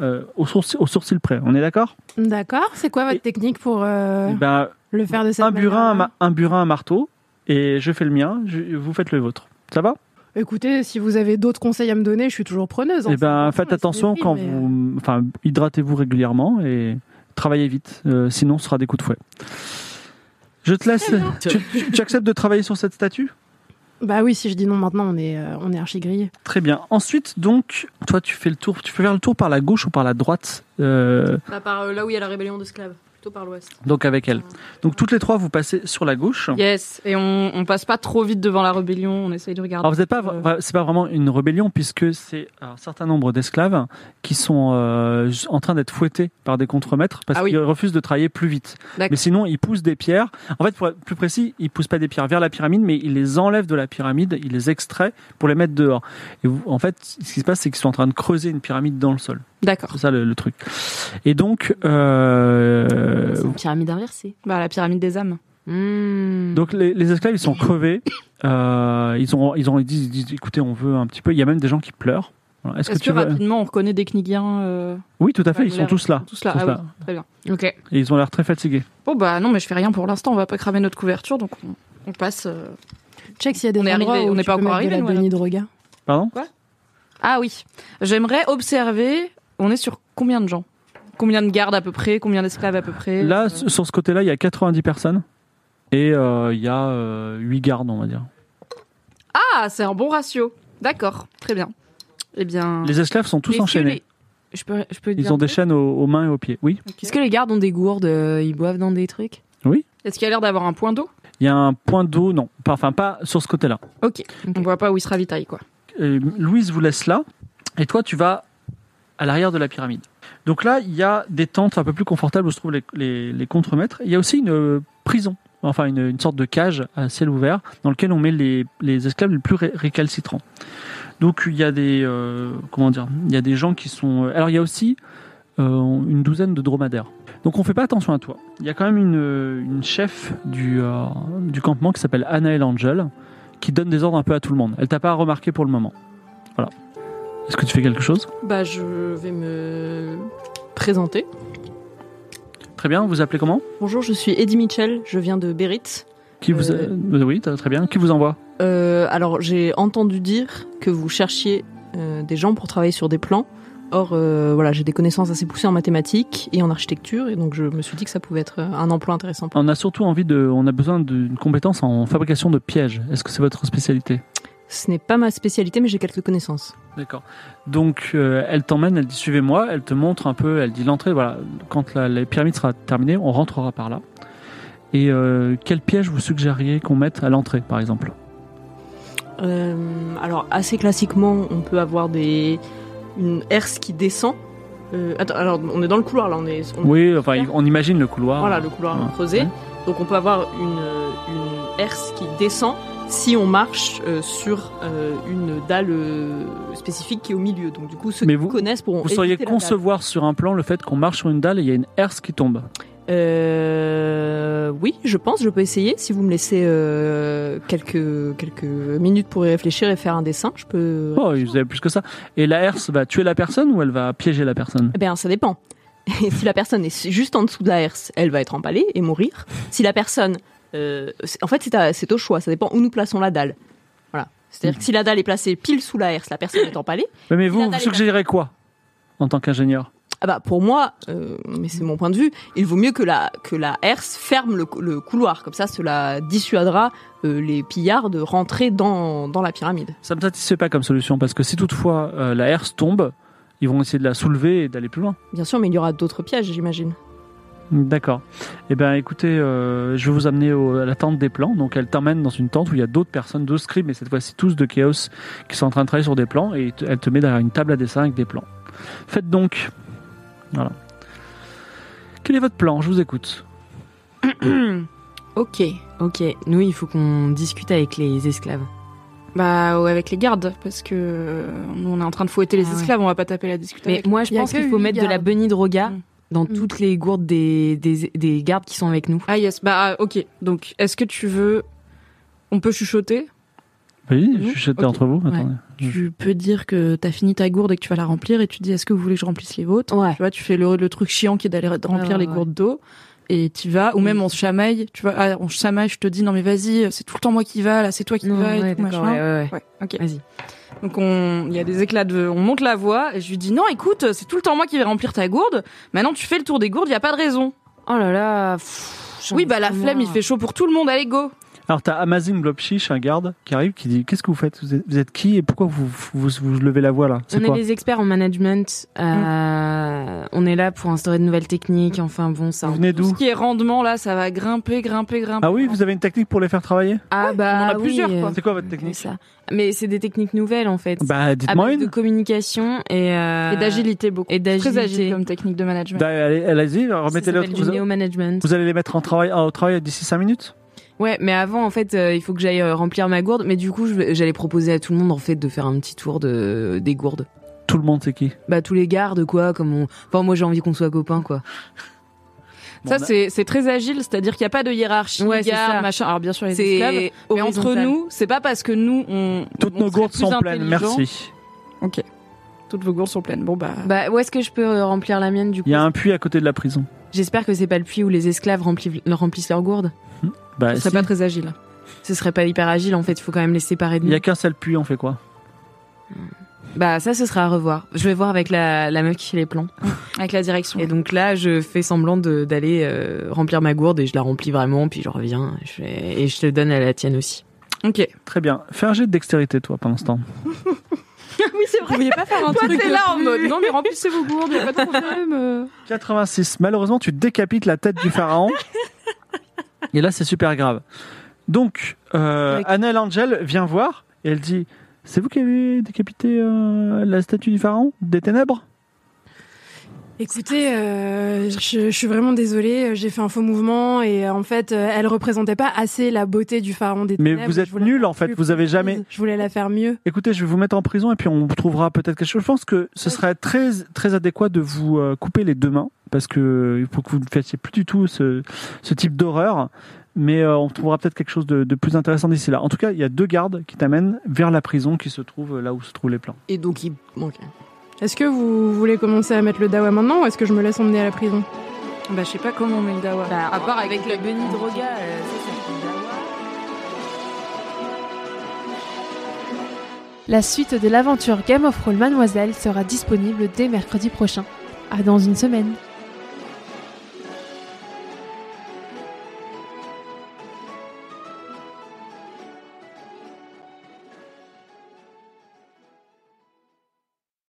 Euh, au, sourcil, au sourcil près. On est d'accord
D'accord, c'est quoi votre
Et-
technique pour euh,
Ben,
le faire de cette
un burin, un,
manière
ma- un burin, un marteau, et je fais le mien, je- vous faites le vôtre. Ça va
Écoutez, si vous avez d'autres conseils à me donner, je suis toujours preneuse. hein.
Eh ben, faites
c'est
attention
des
quand
films,
vous, enfin, hydratez-vous régulièrement et travaillez vite, euh, sinon ce sera des coups de fouet. Je te laisse. Tu, tu- tu acceptes de travailler sur cette statue
Bah oui, si je dis non maintenant, on est, euh, on est archi grillé.
Très bien. Ensuite, donc, toi, tu fais le tour. Tu peux faire le tour par la gauche ou par la droite, euh,
Bah, par euh, là où il y a la rébellion d'esclaves, plutôt par l'ouest.
donc avec elle. Donc, toutes les trois, vous passez sur la gauche.
Yes, et on, on passe pas trop vite devant la rébellion, on essaye de regarder.
Alors Ah, vous n'êtes pas,
Euh,
vra- c'est pas vraiment une rébellion puisque c'est un certain nombre d'esclaves qui sont euh, en train d'être fouettés par des contremaîtres parce
Ah oui.
qu'ils refusent de travailler plus vite.
D'accord.
Mais sinon ils poussent des pierres. En fait, pour être plus précis, ils poussent pas des pierres vers la pyramide, mais ils les enlèvent de la pyramide, ils les extraient pour les mettre dehors. Et vous- en fait, ce qui se passe, c'est qu'ils sont en train de creuser une pyramide dans le sol.
D'accord.
C'est ça le, le truc. Et donc, euh,
C'est une pyramide inversée.
Bah la pyramide des âmes.
Mm.
Donc les, les esclaves, ils sont crevés. Euh, ils ont, ils ont, ils disent, ils disent, écoutez, on veut un petit peu. Il y a même des gens qui pleurent. Voilà. Est-ce
Est-ce
que
que,
tu veux
rapidement on reconnaît des Knigiens euh,
Oui, tout à fait. Ils sont
L'air-
tous là.
tous là
Tous
Ah
là.
oui, très bien.
Ok.
Et ils ont l'air très fatigués.
Bon bah non, mais je fais rien pour l'instant, on va pas cramer notre couverture, donc on, on passe. euh.
Check s'il y a des
On est
endroits
arrivé-
où
on n'est
tu
pas
peux
encore
mettre de
arrivé,
la
nous,
Denis Droga.
Pardon
Ah oui, j'aimerais observer. On est sur combien de gens Combien de gardes à peu près Combien d'esclaves à peu près
Là,
Euh,
s- sur ce côté-là, il y a 90 personnes et euh, il y a 8 gardes, on va dire.
Ah, c'est un bon ratio. D'accord, très bien. Eh bien.
Les esclaves sont tous
Est-ce que
enchaînés.
les- Je peux, je peux dire
Ils ont
un
des
truc
chaînes aux, aux mains et aux pieds. Oui.
Mm.
Est-ce que les gardes ont des gourdes euh, Ils boivent dans des trucs
Est-ce qu'il y a l'air d'avoir un point d'eau
Il y a un point d'eau, non. Pas- Enfin, pas sur ce côté-là.
Ok.
Ok.
On voit pas où il se ravitaille, quoi.
Euh, Louise vous laisse là, et toi, tu vas à l'arrière de la pyramide. Donc là, il y a des tentes un peu plus confortables où se trouvent les, les, les contremaîtres. Il y a aussi une euh, prison, enfin une, une sorte de cage à ciel ouvert dans lequel on met les, les esclaves les plus ré- récalcitrants. Donc il y a des euh, comment dire, il y a des gens qui sont. Alors il y a aussi euh, une douzaine de dromadaires. Donc on fait pas attention à toi. Il y a quand même une, euh, une chef du, euh, du campement qui s'appelle Anna El Angel qui donne des ordres un peu à tout le monde. Elle t'a pas remarqué pour le moment. Voilà. Est-ce que tu fais quelque chose
Bah, je vais me présenter.
Très bien, vous appelez comment
Bonjour, je suis Eddie Mitchell, je viens de Bérit.
Qui vous
Euh,
euh, Oui, t'as- très bien. Qui vous envoie
Euh, alors, j'ai entendu dire que vous cherchiez euh, des gens pour travailler sur des plans. Or, euh, voilà, j'ai des connaissances assez poussées en mathématiques et en architecture, et donc je me suis dit que ça pouvait être euh, un emploi intéressant. pour-
On a surtout envie de on a besoin d'une compétence en fabrication de pièges. Est-ce que c'est votre spécialité
Ce n'est pas ma spécialité, mais j'ai quelques connaissances.
D'accord. Donc euh, elle t'emmène, elle dit suivez-moi, elle te montre un peu, elle dit l'entrée voilà, quand la, la pyramide sera terminée, on rentrera par là. Et euh, quel piège vous suggériez qu'on mette à l'entrée par exemple
Euh, alors, assez classiquement, on peut avoir des une herse qui descend Euh, attends, alors on est dans le couloir là, on est. on-
Oui, enfin, il- on imagine le couloir.
Euh, Voilà le couloir
Ouais.
creusé.
Ouais.
Donc on peut avoir une, une herse qui descend si on marche euh, sur euh, une dalle euh, spécifique qui est au milieu. Donc du coup ceux
Mais
qui
vous-
connaissent pourront
Vous sauriez
éviter la dalle.
concevoir sur un plan le fait qu'on marche sur une dalle et il y a une herse qui tombe.
Euh, oui, je pense, je peux essayer. Si vous me laissez euh, quelques, quelques minutes pour y réfléchir et faire un dessin, je peux.
Oh, ils avaient plus que ça. Et la herse va tuer la personne ou elle va piéger la personne
Eh bien, ça dépend. Et si la personne est juste en dessous de la herse, elle va être empalée et mourir. Si la personne. euh, c'est- en fait, c'est, à- c'est au choix, ça dépend où nous plaçons la dalle. Voilà. C'est-à-dire que si la dalle est placée pile sous la herse, la personne est empalée.
Mais, mais vous,
la
vous
dalle est
suggérez quoi en tant qu'ingénieur
Ah bah, pour moi, euh, mais c'est mon point de vue, il vaut mieux que la, que la herse ferme le, cou- le couloir. Comme ça, cela dissuadera euh, les pillards de rentrer dans, dans la pyramide.
Ça me satisfait pas comme solution parce que si toutefois euh, la herse tombe, ils vont essayer de la soulever et d'aller plus loin.
Bien sûr, mais il y aura d'autres pièges, j'imagine.
D'accord. Eh bien, écoutez, euh, je vais vous amener au- à la tente des plans. Donc, elle t'emmène dans une tente où il y a d'autres personnes, d'autres scribes, mais cette fois-ci tous de Chaos, qui sont en train de travailler sur des plans. Et te- elle te met derrière une table à dessin avec des plans. Faites donc. Voilà. Quel est votre plan Je vous écoute.
Ok.
Ok, nous, il faut qu'on discute avec les esclaves.
Bah, ouais, avec les gardes, parce que euh, nous, on est en train de fouetter les
Ah ouais.
esclaves, on va pas taper la discute
Mais
avec.
moi, je
y a
pense
que
qu'il faut
huit
mettre de la
gardes.
benidroga
Mm.
dans
Mm.
toutes les gourdes des, des, des gardes qui sont avec nous.
Ah, yes, bah, ah, ok. Donc, est-ce que tu veux. On peut chuchoter
Oui,
Vous
chuchotez
Ok.
entre vous.
Ouais.
Attendez.
Tu peux dire que t'as fini ta gourde et que tu vas la remplir et tu dis est-ce que vous voulez que je remplisse les vôtres
Ouais.
Tu vois, tu fais le, le truc chiant qui est d'aller remplir
ouais,
les
Ah ouais. Mm.
gourdes d'eau et tu vas, ou même on se chamaille, tu vois, ah, on se chamaille, je te dis non mais vas-y, c'est tout le temps moi qui va, là c'est toi qui
Non,
va et
Mm, ouais,
tout
d'accord,
machin.
ouais, ouais, ouais.
Ouais, ok.
Vas-y.
Donc on, il y a des éclats de, on monte la voix et je lui dis non écoute, c'est tout le temps moi qui vais remplir ta gourde, maintenant tu fais le tour des gourdes, il y a pas de raison.
Oh là là. pff, j'en
Oui
ai
bah la
trop
flemme, il
marre.
fait chaud pour tout le monde, allez go
Alors, t'as Amazing Blobshish, un garde, qui arrive, qui dit Qu'est-ce que vous faites vous êtes, vous êtes qui et pourquoi vous, vous, vous levez la voix là C'est
On
quoi
est des experts en management. euh, On est là pour instaurer de nouvelles techniques. Enfin bon, ça.
Vous venez
Tout ce
d'où
qui est rendement là, ça va grimper, grimper, grimper.
Ah oui, vous avez une technique pour les faire travailler
Ah bah
on en a
oui,
plusieurs, quoi.
euh,
C'est quoi votre
comme
technique
ça. Mais c'est des techniques nouvelles en fait.
Bah,
À
dites-moi
base
une.
de communication et, euh,
Et d'agilité beaucoup.
et
Très
d'agilité.
agile comme technique de management.
Bah, allez- allez-y,
Ça
remettez-les
s'appelle
autres.
du
Vous,
néo-management.
vous allez les mettre en travail, au travail d'ici 5 minutes
Ouais, mais avant, en fait, euh, il faut que j'aille euh, remplir ma gourde. Mais du coup, je vais- j'allais proposer à tout le monde, en fait, de faire un petit tour de, des gourdes.
Tout le monde, c'est qui
Bah, tous les gardes, quoi. Comme on... Enfin, moi, j'ai envie qu'on soit copains, quoi.
Ça,
Bon, on a-
c'est c'est très agile, c'est-à-dire qu'il n'y a pas de hiérarchie,
Ouais, c'est
garde,
ça.
machin. Alors, bien sûr, les esclaves. Mais entre
horizontal.
nous, c'est pas parce que nous, on.
Toutes
on
nos
serait
gourdes
plus
sont pleines,
intelligents.
merci.
Toutes vos gourdes sont pleines. Bon, bah.
Bah, où est-ce que je peux euh, remplir la mienne, du coup
Il y a un puits à côté de la prison.
J'espère que c'est pas le puits où les esclaves remplivent- remplissent leurs gourdes.
Bah,
ce serait
si.
pas très agile.
Ce serait pas hyper agile, en fait. Il faut quand même les séparer de
Il
nous.
y a qu'un seul puits, on fait quoi
Bah, ça, ce sera à revoir. Je vais voir avec la, la meuf qui fait les plans.
Avec la direction.
Et donc là, je fais semblant de- d'aller euh, remplir ma gourde et je la remplis vraiment, puis je reviens et je, fais- et je te donne à la tienne aussi.
Ok.
Très bien. Fais un jet de dextérité, toi, pendant ce temps.
oui, c'est vrai. Vous pouviez pas faire un
Toi,
truc.
t'es
là
là
en
en
mode. Non, mais remplissez vos gourdes, y a pas de problème. euh.
86. Malheureusement, tu décapites la tête du pharaon. Et là, c'est super grave. Donc, euh,
Avec-
Annel Angel vient voir et elle dit C'est vous qui avez décapité euh, la statue du pharaon des ténèbres
Écoutez, euh, je, je suis vraiment désolée, euh, j'ai fait un faux mouvement et euh, en fait, euh, elle représentait pas assez la beauté du pharaon des
Mais
ténèbres.
vous êtes
Je voulais
nuls,
la
en fait,
faire
vous avez
plus
jamais-
précise, Je voulais la faire mieux.
Écoutez, je vais vous mettre en prison et puis on trouvera peut-être quelque chose. Je pense que ce serait très, très adéquat de vous euh, couper les deux mains parce que il faut que vous ne fassiez plus du tout ce, ce type d'horreur. Mais euh, on trouvera peut-être quelque chose de, de plus intéressant d'ici là. En tout cas, il y a deux gardes qui t'amènent vers la prison qui se trouve euh, là où se trouvent les plans.
Et donc, il. ok.
Est-ce que vous voulez commencer à mettre le dawa maintenant ou est-ce que je me laisse emmener à la prison
Bah, je sais pas comment on met le dawa. Bah, à part avec, le euh,
Droga,
La suite de l'aventure Game of Roll Mademoiselle sera disponible dès mercredi prochain. À dans une semaine.